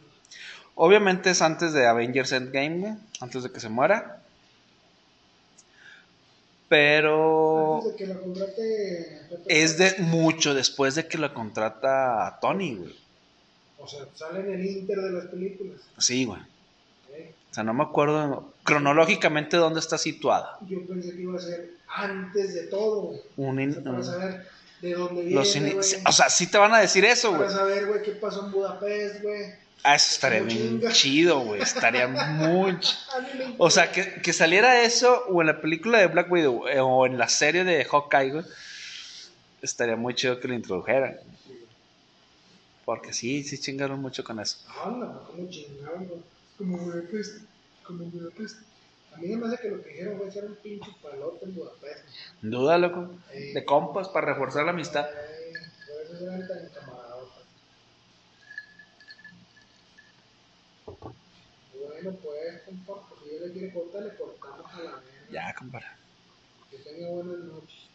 Obviamente es antes de Avengers Endgame, güey. Antes de que se muera. Pero. Antes de que la contrate. es de mucho después de que la contrata a Tony, güey. O sea, sale en el Inter de las películas. Sí, güey. ¿eh? O sea, no me acuerdo cronológicamente dónde está situada. Yo pensé que iba a ser antes de todo, güey. Un O in- sea, para saber de dónde viene. los in- güey. o sea, sí te van a decir eso, güey. para saber, güey, qué pasó en Budapest, güey. Ah, eso estaría Como bien chinga. chido, güey. Estaría muy. ch- A mí me O sea, que, que saliera eso o en la película de Black Widow eh, o en la serie de Hawkeye, güey. Estaría muy chido que lo introdujeran. Porque sí, sí chingaron mucho con eso. Anda, como chingados, güey. Como Budapest, como Budapest. A mí me parece que lo que dijeron fue hacer un pinche palote en Budapest. Duda, loco. De Eh, compas para reforzar la amistad. eh, Por eso eran tan camaradotas. Bueno, pues, compa, pues, si yo le quiere cortar, le cortamos a la verga. Ya, compara. Que tenga buenas noches.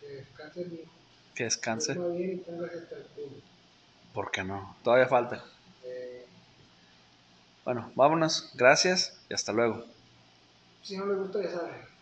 Que descanse mi hijo. Que descanse. Duerma bien y póngase hasta el culo. ¿Por qué no? Todavía falta. Eh, Bueno, vámonos. Gracias y hasta luego. si no le gusta, ya sabe.